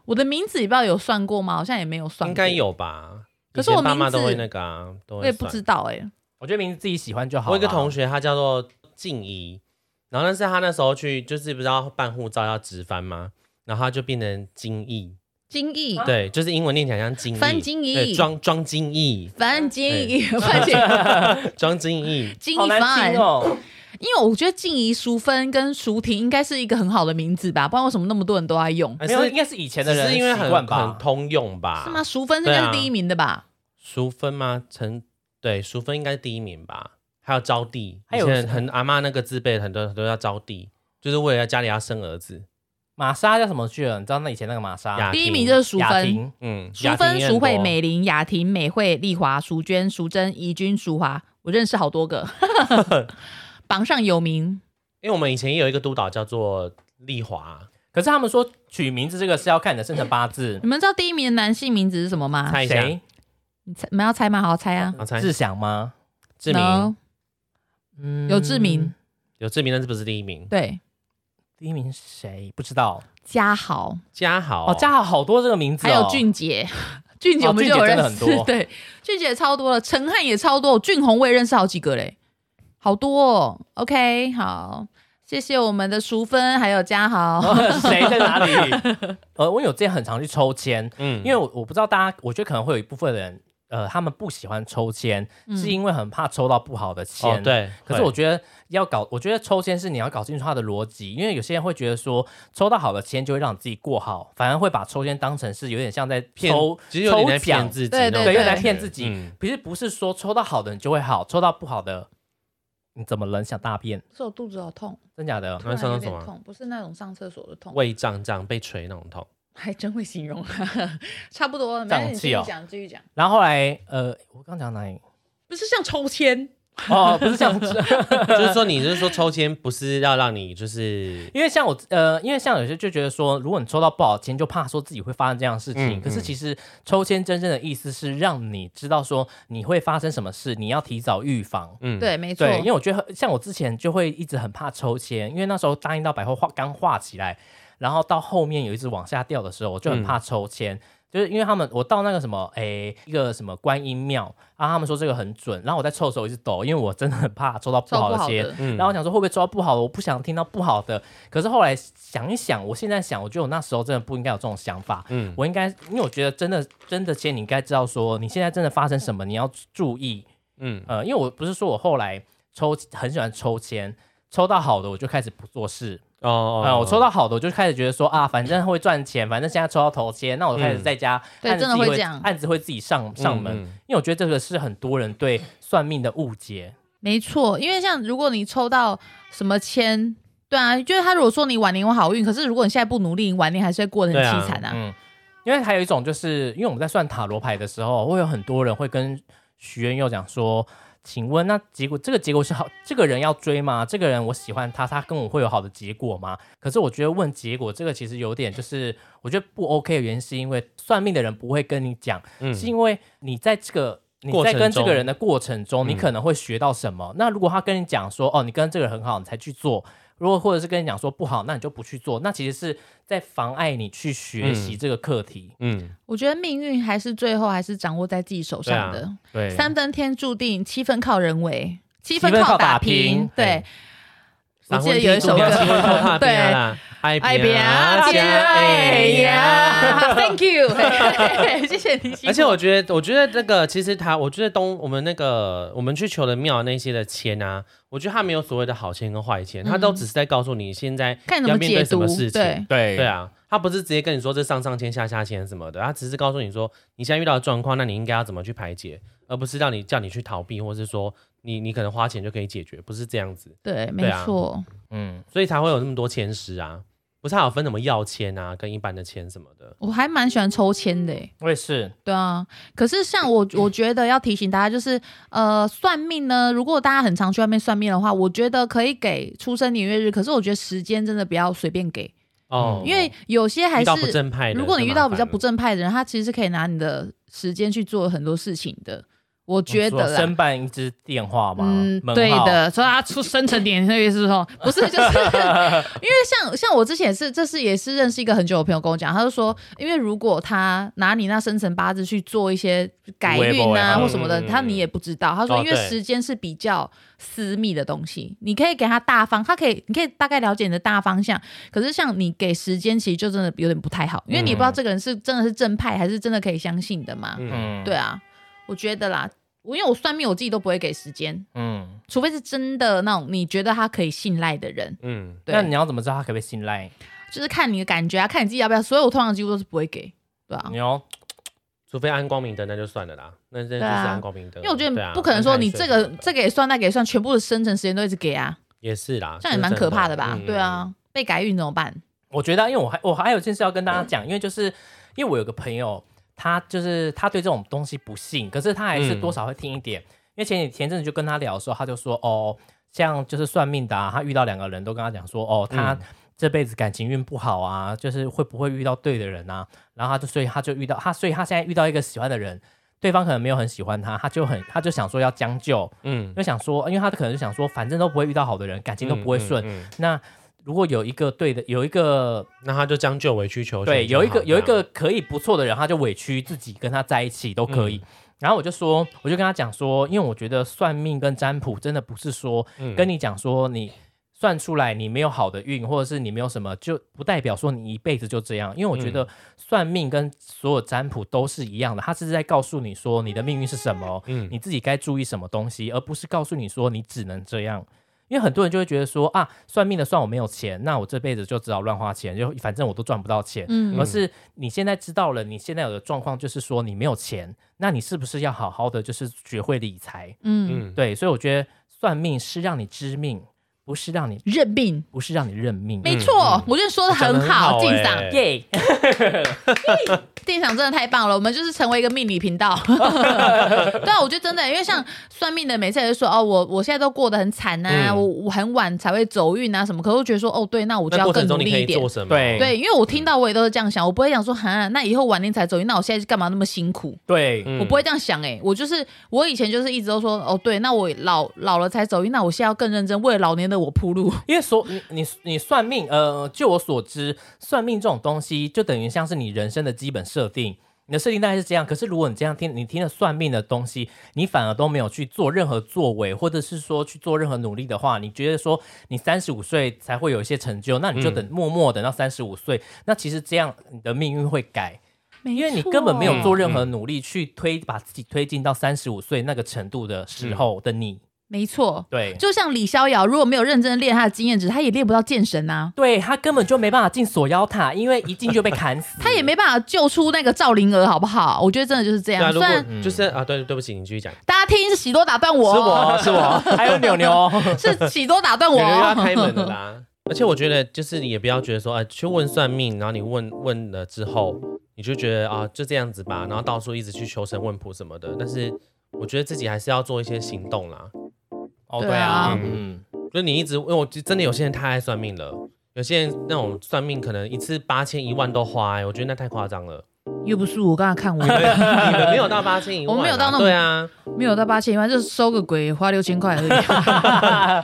S1: 我的名字你不知道有算过吗？好像也没有算，
S3: 应该。有吧？
S1: 可是我
S3: 以前爸妈
S1: 名字
S3: 都会那个啊，都
S1: 我
S3: 会
S1: 也不知
S3: 算。
S1: 道哎，
S2: 我觉得名字自己喜欢就好啦。
S3: 我有一个同学，他叫做静怡，然后但是他那时候去就是不知道办护照要直翻吗？然后他就变成金毅，
S1: 金毅，
S3: 对，就是英文念起来像金毅，
S1: 翻金毅
S3: 对庄庄金毅，
S1: 反金毅，反正
S3: 庄金毅，
S1: 金
S2: 好
S1: 毅
S2: 难
S1: 范
S2: 听，哦。
S1: 因为我觉得静怡、淑芬跟淑婷应该是一个很好的名字吧，不然为什么那么多人都爱用？
S3: 还
S2: 没有，应该是以前的
S3: 只
S2: 人
S3: 是因为
S2: 习
S3: 很
S2: 惯吧
S3: 很。通用吧？
S1: 是吗？？淑芬应该
S3: 对
S1: 是
S3: 啊
S1: 第一名的吧？
S3: 淑芬吗？陈对，淑芬应该是第一名吧？还有招娣，
S2: 还
S3: 以
S2: 有
S3: 前很阿妈那个字辈，很多很多叫招娣，就是为了家里要生儿子。
S2: 玛莎叫什么去了？你知道那以前那个玛莎？
S3: 雅
S1: 第一名就是淑
S2: 雅
S1: 芬。
S2: 婷，
S3: 嗯，
S1: 淑
S3: 雅
S1: 芬、
S3: 婷也
S1: 淑
S3: 很
S1: 慧、
S3: 多
S1: 美玲、雅婷、美惠、丽华、淑娟、淑珍、怡君、淑华，我认识好多 个，榜上有名。
S3: 因为我们以前也有一个督导叫做丽华，
S2: 可是他们说取名字这个是要看你的生辰八字，
S1: 你们知道第一名的男性名字是什么吗？
S3: 猜一下，
S2: 谁？
S1: 你猜你们要猜吗？好好猜啊！
S3: 好猜
S2: 志祥吗？
S3: 志明
S1: No，
S2: 嗯
S1: 有志明。
S3: 有志明，但是不是第一名？
S1: 对，
S2: 第一名是谁？不知道
S1: 嘉豪，
S3: 嘉豪
S2: 哦，嘉豪好多这个名字哦，
S1: 还有俊 杰，俊
S3: 哦
S1: 杰我们就
S2: 俊杰
S1: 有
S2: 真
S1: 认
S2: 的
S1: 识，
S2: 很多
S1: 对，俊杰超多了，陈汉也超多，俊宏我也认识好几个嘞，好多、哦。OK，好，谢谢我们的淑芬还有嘉豪，
S2: 哦 谁在哪里？呃，我有之前很常去抽签，
S3: 嗯
S2: 因为我我不知道大家，我觉得可能会有一部分人，呃，他们不喜欢抽签，
S1: 嗯
S2: 是因为很怕抽到不好的
S3: 哦
S2: 签。。
S3: 对，
S2: 可是我
S3: 会
S2: 觉得要搞，我觉得抽签是你要搞清楚它的逻辑，因为有些人会觉得说抽到好的签就会让你自己过好，反而会把抽签当成是有点像在
S3: 骗
S2: 抽，
S3: 其实有点
S2: 抽
S3: 在骗
S2: 奖，
S3: 自己
S1: 对
S3: 那
S1: 对
S3: 种感觉，
S1: 对
S2: 对，又来骗自己。
S3: 嗯
S2: 其实不是说抽到好的你就会好，抽到不好的你怎么了？你想大便？
S1: 是我肚子好痛。
S2: 真假的？
S3: 那上厕所吗
S1: 痛，不是那种上厕所的痛。
S3: 胃胀胀被捶那种痛，
S1: 还真会形容，啊 差不多。没
S2: 胀
S1: 关系你继
S2: 气哦
S1: 续讲，继续讲，
S2: 然后后来呃，我刚讲哪里？
S1: 不是像抽签，
S2: 哦，不是这样子，
S3: 就是说你就是说抽签不是要让你就是
S2: 因为像我呃，因为像有些就觉得说，如果你抽到不好签，就怕说自己会发生这样的事情。
S3: 嗯
S2: 可是
S3: 嗯
S2: 其实抽签真正的意思是让你知道说你会发生什么事，你要提早预防。
S3: 嗯
S1: 对，没错，
S2: 对，因为我觉得像我之前就会一直很怕抽签，因为那时候大英道百货画刚画起来，然后到后面有一直往下掉的时候，我就
S1: 嗯
S2: 很怕抽签。就是因为他们，我到那个什么，诶、一个什么观音庙啊，他们说这个很准，然后我在抽的时候一直抖，因为我真的很怕抽到不
S1: 抽
S2: 好
S1: 不
S2: 的
S1: 好
S2: 签，
S1: 的，
S3: 嗯
S2: 然后我想说会不会抽到不好的，我不想听到不好的。可是后来想一想，我现在想，我觉得我那时候真的不应该有这种想法。
S3: 嗯
S2: 我应该，因为我觉得真的真的签，你应该知道说你现在真的发生什么，你要注意。
S3: 嗯
S2: 呃，因为我不是说我后来抽很喜欢抽签。抽到好的我就开始不做事，
S3: 哦哦
S2: 呃，我抽到好的我就开始觉得说啊，反正会赚钱，反正现在抽到头签，那我就开始
S3: 嗯
S2: 在家
S1: 对
S2: 案子
S1: 真的
S2: 自己
S1: 会这样
S2: 案子会自己上上门，
S3: 嗯嗯
S2: 因为我觉得这个是很多人对算命的误解，
S1: 没错。因为像如果你抽到什么签，对啊，就是他如果说你晚年有好运，可是如果你现在不努力，你晚年还是会过得很
S3: 对啊
S1: 凄惨啊。
S2: 嗯，因为还有一种就是，因为我们在算塔罗牌的时候，会有很多人会跟许愿佑讲说，请问那结果这个结果是好，这个人要追吗？这个人我喜欢他，他跟我会有好的结果吗？可是我觉得问结果这个其实有点就是，我觉得不 OK 的原因是因为算命的人不会跟你讲，
S3: 嗯
S2: 是因为你在这个。你
S3: 过
S2: 在
S3: 程
S2: 跟这
S3: 中
S2: 个人的过程中，你
S3: 嗯
S2: 可能会学到什么？那如果他跟你讲说，哦，你跟这个人很好，你才去做；如果或者是跟你讲说不好，那你就不去做。那其实是在妨碍你去学习这个课题。
S3: 嗯
S1: 我觉得命运还是最后还是掌握在自己手上的。
S3: 对
S1: 三分天注定，七分靠人为，七
S2: 啊分
S1: 分
S2: 靠
S1: 靠
S2: 打
S1: 打
S2: 拼
S1: 拼。对，我记得有一首歌，
S3: 啊对
S1: 对，
S3: 爱
S1: 爱别啊，亲爱啊呀，Thank you，嘿嘿嘿谢谢你。
S3: 而且我觉得，我觉得那个其实他，我觉得东我们那个我们去求的庙那些的签啊，我觉得他没有所谓的好签跟坏签，他都只是在告诉你现在
S1: 嗯看你怎么
S3: 要面
S1: 解
S3: 对什
S1: 读
S3: 么事，情。
S1: 对，
S2: 对
S3: 对啊，他不是直接跟你说这上上签下下签什么的，他只是告诉你说你现在遇到的状况，那你应该要怎么去排解，而不是让你叫你去逃避，或是说你你可能花钱就可以解决，不是这样子，
S1: 对，
S3: 对
S1: 没
S3: 啊
S1: 错，
S2: 嗯，
S3: 所以才会有那么多签师啊。不是还有分什么药签啊，跟一般的签什么的。
S1: 我还蛮喜欢抽签的欸，
S2: 我也是。
S1: 对啊。可是像 我，我觉得要提醒大家，就是呃，算命呢，如果大家很常去外面算命的话，我觉得可以给出生年月日，可是我觉得时间真的不要随便给，
S3: 哦，
S1: 嗯因为有些还
S3: 遇到不
S1: 是。
S3: 正派的，
S1: 如果你
S3: 就
S1: 遇
S3: 麻
S1: 到比较
S3: 烦
S1: 不
S3: 了
S1: 正派的人，他其实是可以拿你的时间去做很多事情的。我觉
S2: 我
S3: 哦
S1: 得
S2: 说
S1: 啦，
S2: 申办一支电话嘛，
S1: 嗯，
S2: 门
S1: 对
S2: 号，
S1: 的，所以他出生辰点特别是 说，不是就是因为像像我之前也是，这是也是认识一个很久的朋友跟我讲，他就说，因为如果他拿你那生辰八字去做一些改
S2: 微
S1: 运
S2: 博
S1: 啊
S2: 嗯
S1: 或什么的，
S3: 嗯
S1: 他你也不知道。他说，
S3: 哦
S1: 因为
S3: 对
S1: 时间是比较私密的东西，你可以给他大方，他可以你可以大概了解你的大方向，可是像你给时间，其实就真的有点不太好，因为你不知道这个人是真的是正派还是真的可以相信的嘛。
S3: 嗯
S2: 嗯，
S1: 对，啊，我觉得啦。我因为我算命，我自己都不会给时间，
S2: 嗯。
S1: 除非是真的那种你觉得他可以信赖的人，
S3: 嗯，
S1: 对
S2: 那你要怎么知道他可不可以信赖？
S1: 就是看你的感觉啊，看你自己要不要。所以我通常几乎都是不会给，对啊
S3: 嗯
S2: 你，哦要
S3: 除非安光明灯，那就算了啦，那那就是
S1: 对啊
S3: 安光明
S1: 因
S3: 灯了，
S1: 为我觉
S3: 对
S1: 得
S3: 啊
S1: 不可能说你
S3: 安排
S1: 这
S3: 水
S1: 个
S3: 什么的
S1: 这个也算那个也算，全部的生辰时间都一直给啊，
S3: 也是啦，
S1: 这样
S3: 是
S1: 也蛮
S3: 真
S1: 可怕的吧？
S3: 嗯
S1: 对啊，被改运怎么办？
S2: 我觉得，因为我还我还有一件事要跟大家讲，因为就是因为我有个朋友，他就是他对这种东西不信，可是他还是
S3: 嗯
S2: 多少会听一点。因为前几前阵子就跟他聊的时候，他就说哦，像就是算命的啊，他遇到两个人都跟他讲说哦，他
S3: 嗯
S2: 这辈子感情运不好啊，就是会不会遇到对的人啊？然后他就所以他就遇到他，所以他现在遇到一个喜欢的人。对方可能没有很喜欢他，他就很他就想说要将就，
S3: 嗯，
S2: 就想说，因为他可能就想说，反正都不会遇到好的人，感情都不会
S3: 嗯
S2: 顺。
S3: 嗯嗯
S2: 那如果有一个对的，有一个
S3: 那他就将就委曲求全就好。
S2: 对，有一个
S3: 这
S2: 有一
S3: 样
S2: 个可以不错的人，他就委屈自己跟他在一起都可以。
S3: 嗯
S2: 然后我就说，我就跟他讲说，因为我觉得算命跟占卜真的不是说
S3: 嗯
S2: 跟你讲说你算出来你没有好的运，或者是你没有什么，就不代表说你一辈子就这样。因为我觉
S3: 嗯
S2: 得算命跟所有占卜都是一样的，他是在告诉你说你的命运是什么，
S3: 嗯
S2: 你自己该注意什么东西，而不是告诉你说你只能这样。因为很多人就会觉得说啊，算命的算我没有钱，那我这辈子就只好乱花钱，就反正我都赚不到钱。
S1: 嗯
S2: 而是你现在知道了，你现在有的状况就是说你没有钱，那你是不是要好好的就是学会理财？
S1: 嗯，
S3: 嗯
S2: 对，所以我觉得算命是让你知命，不是让你
S1: 认命，
S2: 不是让你认命，嗯
S1: 没错，我觉得说的很好，
S3: 嗯讲得
S1: 进
S3: 很好
S1: 赏
S3: 欸
S2: 耶，
S1: 电赏真的太棒了，我们就是成为一个命理频 道。对啊，我觉得真的，因为像算命的每次也是说哦，我我现在都过得很惨呐、
S3: 嗯
S1: 我我很晚才会走运啊什么，可是我觉得说哦，对，那我就
S3: 那
S1: 要
S3: 过
S1: 更努
S3: 程中
S1: 力
S3: 你可
S1: 一
S3: 以
S1: 点
S3: 做。什么？
S2: 对
S1: 对，因为我
S2: 嗯
S1: 听到我也都是这样想，我不会想说哈，那以后晚年才走运，那我现在干嘛那么辛苦？
S2: 对，
S3: 嗯，
S1: 我不会这样想哎、我就是我以前就是一直都说哦，对，那我老老了才走运，那我现在要更认真为了老年的我铺路。
S2: 因为所你你你算命，呃，据我所知，算命这种东西就等于像是你人生的基本设定。你的设定大概是这样，可是如果你这样听，你听了算命的东西，你反而都没有去做任何作为，或者是说去做任何努力的话，你觉得说你三十五岁才会有一些成就，那你就等默默等到三十五岁，那其实这样你的命运会改，因为你根本没有
S1: 嗯
S2: 做任何努力去推把自己推进到三十五岁那个程度的时候的你，
S1: 没错，
S2: 对，
S1: 就像李逍遥，如果没有认真练他的经验值，他也练不到剑神啊。
S2: 对他根本就没办法进锁妖塔，因为一进就被砍死。
S1: 他也没办法救出那个赵灵儿，好不好？我觉得真的就是这
S3: 对
S1: 样。
S3: 啊，
S1: 虽
S3: 如果
S1: 然
S3: 就是啊，对，对不起，你继续讲。
S1: 大家听是喜多打断我
S2: 是
S1: 哦，
S2: 我是我，还有牛牛，
S1: 是喜多打断
S3: 有
S1: 我
S3: 人又要开
S1: 哦。
S3: 门了啦。而且我觉得，就是你也不要觉得说，哎，去问算命，然后你问问了之后，你就觉得啊，就这样子吧，然后到处一直去求神问卜什么的。但是我觉得自己还是要做一些行动啦。
S2: 哦
S1: 对啊
S2: 嗯，
S3: 就你一直，因为我真的有些人太爱算命了，有些人那种算命可能一次八千一万都花、哎，我觉得那太夸 张了。
S1: 又不是我刚才看 我
S3: 你们没有到八千一万、啊，
S1: 我没有到那种
S3: 对啊，
S1: 没有到八千一万，就是收个鬼花六千块而已。 我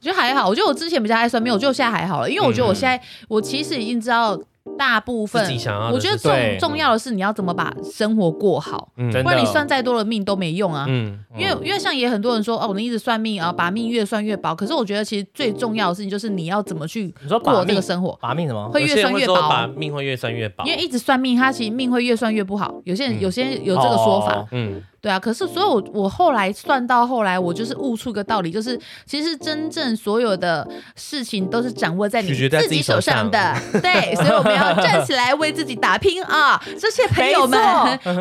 S1: 觉得还好，我觉得我之前比较爱算命，我觉得我现在还好了，因为我觉得我现在我其实已经知道大部分
S3: 嗯自己想要的。
S1: 我觉得
S3: 是
S1: 重
S2: 对
S1: 重要的是你要怎么把生活过好，
S3: 嗯
S2: 真
S1: 不
S2: 的
S1: 然你算再多的命都没用啊。
S3: 嗯，
S1: 因为因为像也很多人说哦，你一直算命啊，把命越算越薄。可是我觉得其实最重要的事情就是你要怎么去
S2: 你说
S1: 过
S2: 把
S1: 这个
S2: 命
S1: 生活。
S2: 把命什么？
S1: 会
S3: 有
S1: 越
S3: 些人
S1: 算
S3: 会
S1: 越
S3: 说把
S1: 薄，
S3: 命会越算越薄，
S1: 因为一直算命，他其实命会越算越不好。有些人、
S3: 嗯
S1: 有些人有这个说法，
S2: 哦
S3: 嗯
S1: 对啊。可是，所以我我后来算到后来，我就是悟出一个道理，就是其实真正所有的事情都是掌握在你
S3: 取决在自
S1: 己
S3: 己
S1: 手
S3: 手
S1: 上
S3: 上
S1: 的。对，所以我们要站起来为自己打拼啊！这些朋友们，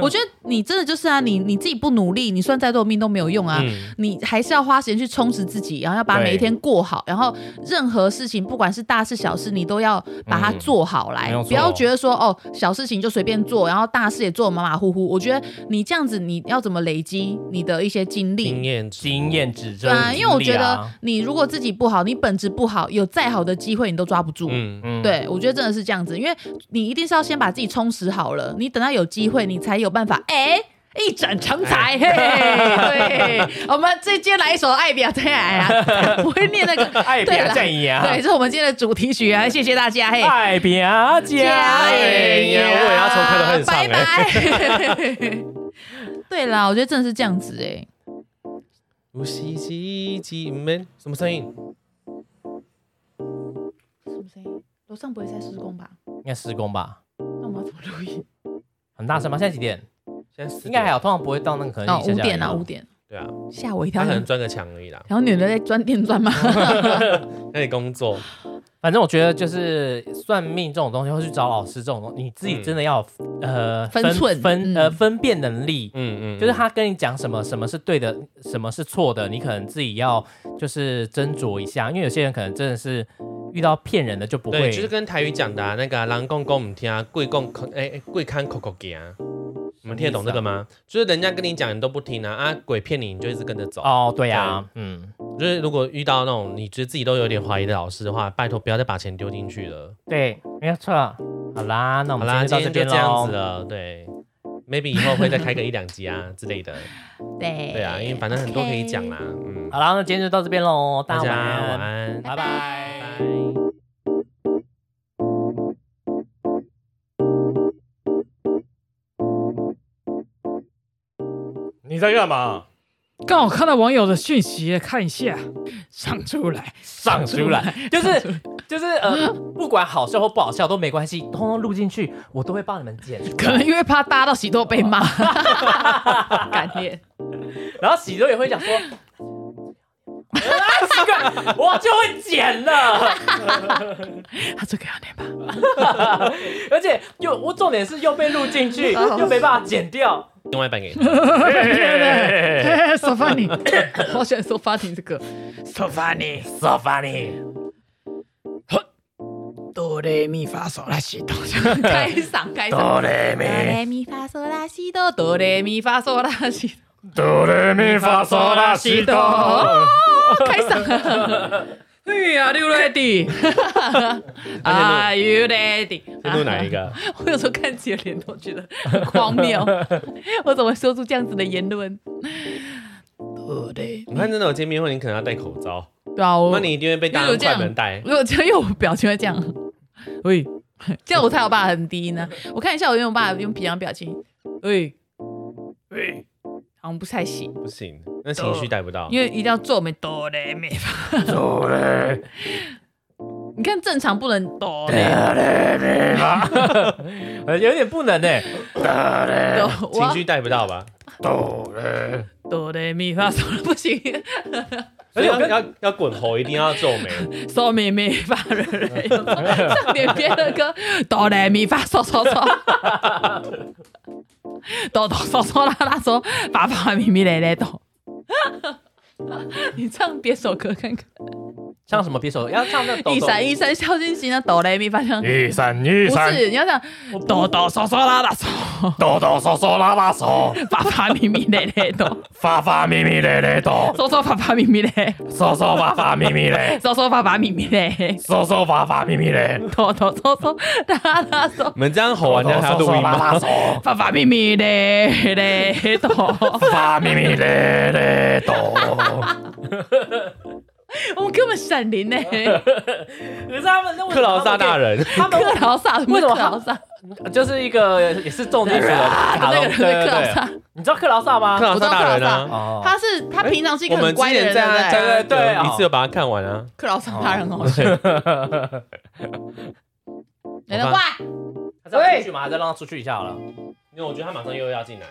S1: 我觉得你真的就是啊，你你自己不努力，你算再多的命都没有用啊。
S3: 嗯，
S1: 你还是要花时间去充实自己，然后要把
S2: 对
S1: 每一天过好，然后任何事情，不管是大事小事，你都要把它做好来，
S2: 没有错
S1: 不要觉得说哦小事情就随便做，然后大事也做得马马虎虎。我觉得你这样子，你要怎么累积你的一些经
S3: 经
S1: 历？
S3: 验值
S2: 经验指
S1: 对
S2: 针、
S1: 啊，因为我
S2: 经
S1: 觉
S2: 历
S1: 得
S2: 啊
S1: 你如果自己不好，你本质不好，有再好的机会你都抓不住。
S3: 嗯
S2: 嗯，
S1: 对，我觉得真的是这样子，因为你一定是要先把自己充实好了，你等到有机会，你才有办法哎。一展长才，嘿，
S2: 哎
S1: 对，我们这接来一首《爱表》，对啊， 不会念那个，
S2: 爱
S1: 对啦
S2: 别正义啊
S1: 对，，这是我们今天的主题曲啊，谢谢大家，嘿，
S2: 爱别
S1: 加
S2: 家
S1: 油
S3: 呀我也要从开头开始唱哎
S1: 拜拜。 对啦，我觉得真的是这样子哎，
S3: 有时几几门什么声音？
S1: 什么声音？楼上不会在施工吧？
S2: 应该施工吧？
S1: 那我们要怎么录 音？
S2: 很大声吗？现在几点？
S3: 现在四
S2: 应该还
S3: 点
S2: 好，通常不会到那个可能
S1: 哦，
S2: 一下
S1: 五
S2: 下
S1: 点啊，
S2: 而已
S1: 五点，
S3: 对啊，
S1: 吓我一跳
S3: 他可，能钻个墙而已啦，
S1: 然后女的在钻电 钻吗？
S3: 那里工作
S2: 反正我觉得就是算命这种东西，或去找老师这种东西，你自己真的要、呃
S1: 嗯分寸
S2: 分
S1: 嗯
S2: 呃分辨能力。
S3: 嗯嗯，
S2: 就是他跟你讲什么什么是对的，什么是错的，你可能自己要就是斟酌一下，因为有些人可能真的是遇到骗人的就不会，
S3: 对，就是跟台语讲的啊那个啊“狼公公唔听啊，贵公口哎哎贵看口口给啊”，你们听得懂这个吗？就是人家跟你讲你都不听啊，啊鬼骗你你就一直跟着走。
S2: 哦，对啊，嗯，
S3: 就是如果遇到那种你觉得自己都有点怀疑的老师的话，拜托不要再把钱丢进去了。
S2: 对，没有错。好啦，那我
S3: 好
S2: 们
S3: 啦，
S2: 今
S3: 今天
S2: 天
S3: 就
S2: 就到这边
S3: 这样子
S2: 咯。
S3: 了，对。maybe 以后会再开个一两集啊之 类的，
S1: 对，
S3: 对啊，因为反正很多可以 讲啦，嗯，
S2: 好啦，那今天就到这边喽，
S3: 大
S2: 大
S3: 家
S2: 家
S3: 晚
S2: 晚安，
S3: 安，
S2: 拜拜
S3: 拜。
S2: 你在干嘛？
S4: 刚好看到网友的讯息，看一下，上出来。
S2: 上出来，就是就是呃，不管好笑或不好笑都没关系，通通录进去，我都会帮你们剪出来。
S1: 可能因为怕搭到喜多被骂，
S3: 哦
S1: 感念。
S2: 然后喜多也会讲说，我就会剪了。
S1: 他这个要念吧？
S2: 而且又我重点是又被录进 去，又没办法剪掉。
S3: 另外一半给你。
S4: 手放你，好喜欢手发 你这个。
S1: 手发你，
S2: So funny，
S1: 哆来咪发嗦拉西哆，
S4: 开嗓开嗓。哆来咪，哆来咪发嗦拉西哆，哆来咪发嗦拉西
S2: 没法 说啦，西
S4: 哆。哦 开嗓了。嘿，Are you ready? Are you ready?
S3: 先录哪一个？
S4: 我有时候看自己的脸都觉得很荒谬，我怎么会说出这样子的言论？哆来，
S3: 你看，真的有见面会，你可能要戴口罩，
S4: 对啊，
S1: 哦
S4: 我
S3: 那你一定会被大
S4: 因
S3: 人
S4: 为我这样
S3: 快门戴。
S4: 如果只有我表情会这样，喂，这样我才有办法很低呢。我看一下，我有没有办法用平常表情？喂，喂，好像不太行，
S3: 不行，那情绪带不到。
S4: 因为一定要皱眉哆来咪发哆来。你看正常不能哆来
S2: 有点不能哎。
S4: 哆，我
S3: 情
S4: 要
S3: 绪带不到吧？
S4: 哆来咪发嗦不行，
S3: 所以要要要滚喉，一定要皱眉。
S4: 嗦咪咪发瑞瑞，上点别的歌哆来咪发嗦嗦嗦，哆哆嗦嗦啦啦嗦，发发咪咪嘞嘞哆。你唱别首歌看看，
S2: 唱什么别首？要唱那抖
S4: 一
S2: 抖。
S4: 闪一闪小星星啊，哆来咪发唱。
S2: 一闪一
S4: 不是，你要唱哆哆嗦嗦啦啦嗦，
S2: 抖抖嗦嗦拉拉手，
S4: 发发咪咪嘞嘞哆，
S2: 发发咪咪咧咧抖，
S4: 嗦嗦发发咪咪嘞，
S2: 嗦嗦发发咪咪咧，
S4: 嗦嗦发发咪咪嘞，
S2: 嗦嗦发发咪咪 咧，
S4: 哆哆嗦嗦啦啦嗦
S3: 你，们这样吼完，人家还要录音吗？
S2: 拉手，
S4: 发发咪咪嘞嘞哆。
S2: 发咪咪咧咧抖。
S4: 我们根本闪灵 呢，
S2: 可是他们那为什
S3: 克
S2: 么
S3: 劳萨大人，
S2: 他们
S4: 克劳萨
S2: 为什么
S4: 克劳萨？
S2: 就是一个也是重金属的卡
S4: 那
S2: 通，
S4: 个
S2: 对对
S4: 人的克劳
S2: 对，
S4: 萨，
S2: 你知道克劳萨吗
S3: 克？劳萨大人
S4: 我知道克劳
S3: 啊！
S2: 哦，
S4: 他是他平常是一
S3: 我
S4: 个很
S3: 们之
S4: 乖的
S3: 前
S1: 啊
S3: 在
S4: 人，对不
S3: 在
S4: 对？
S3: 在
S2: 对对
S3: 对，
S2: 哦
S3: 一次就把它看完啊。
S4: 克劳萨他人很好笑。来了，
S3: 好
S4: 哇
S3: 吧！
S2: 他是要出去吗？还是让他出去一下好了？
S3: 因为我觉得他马上又要进来，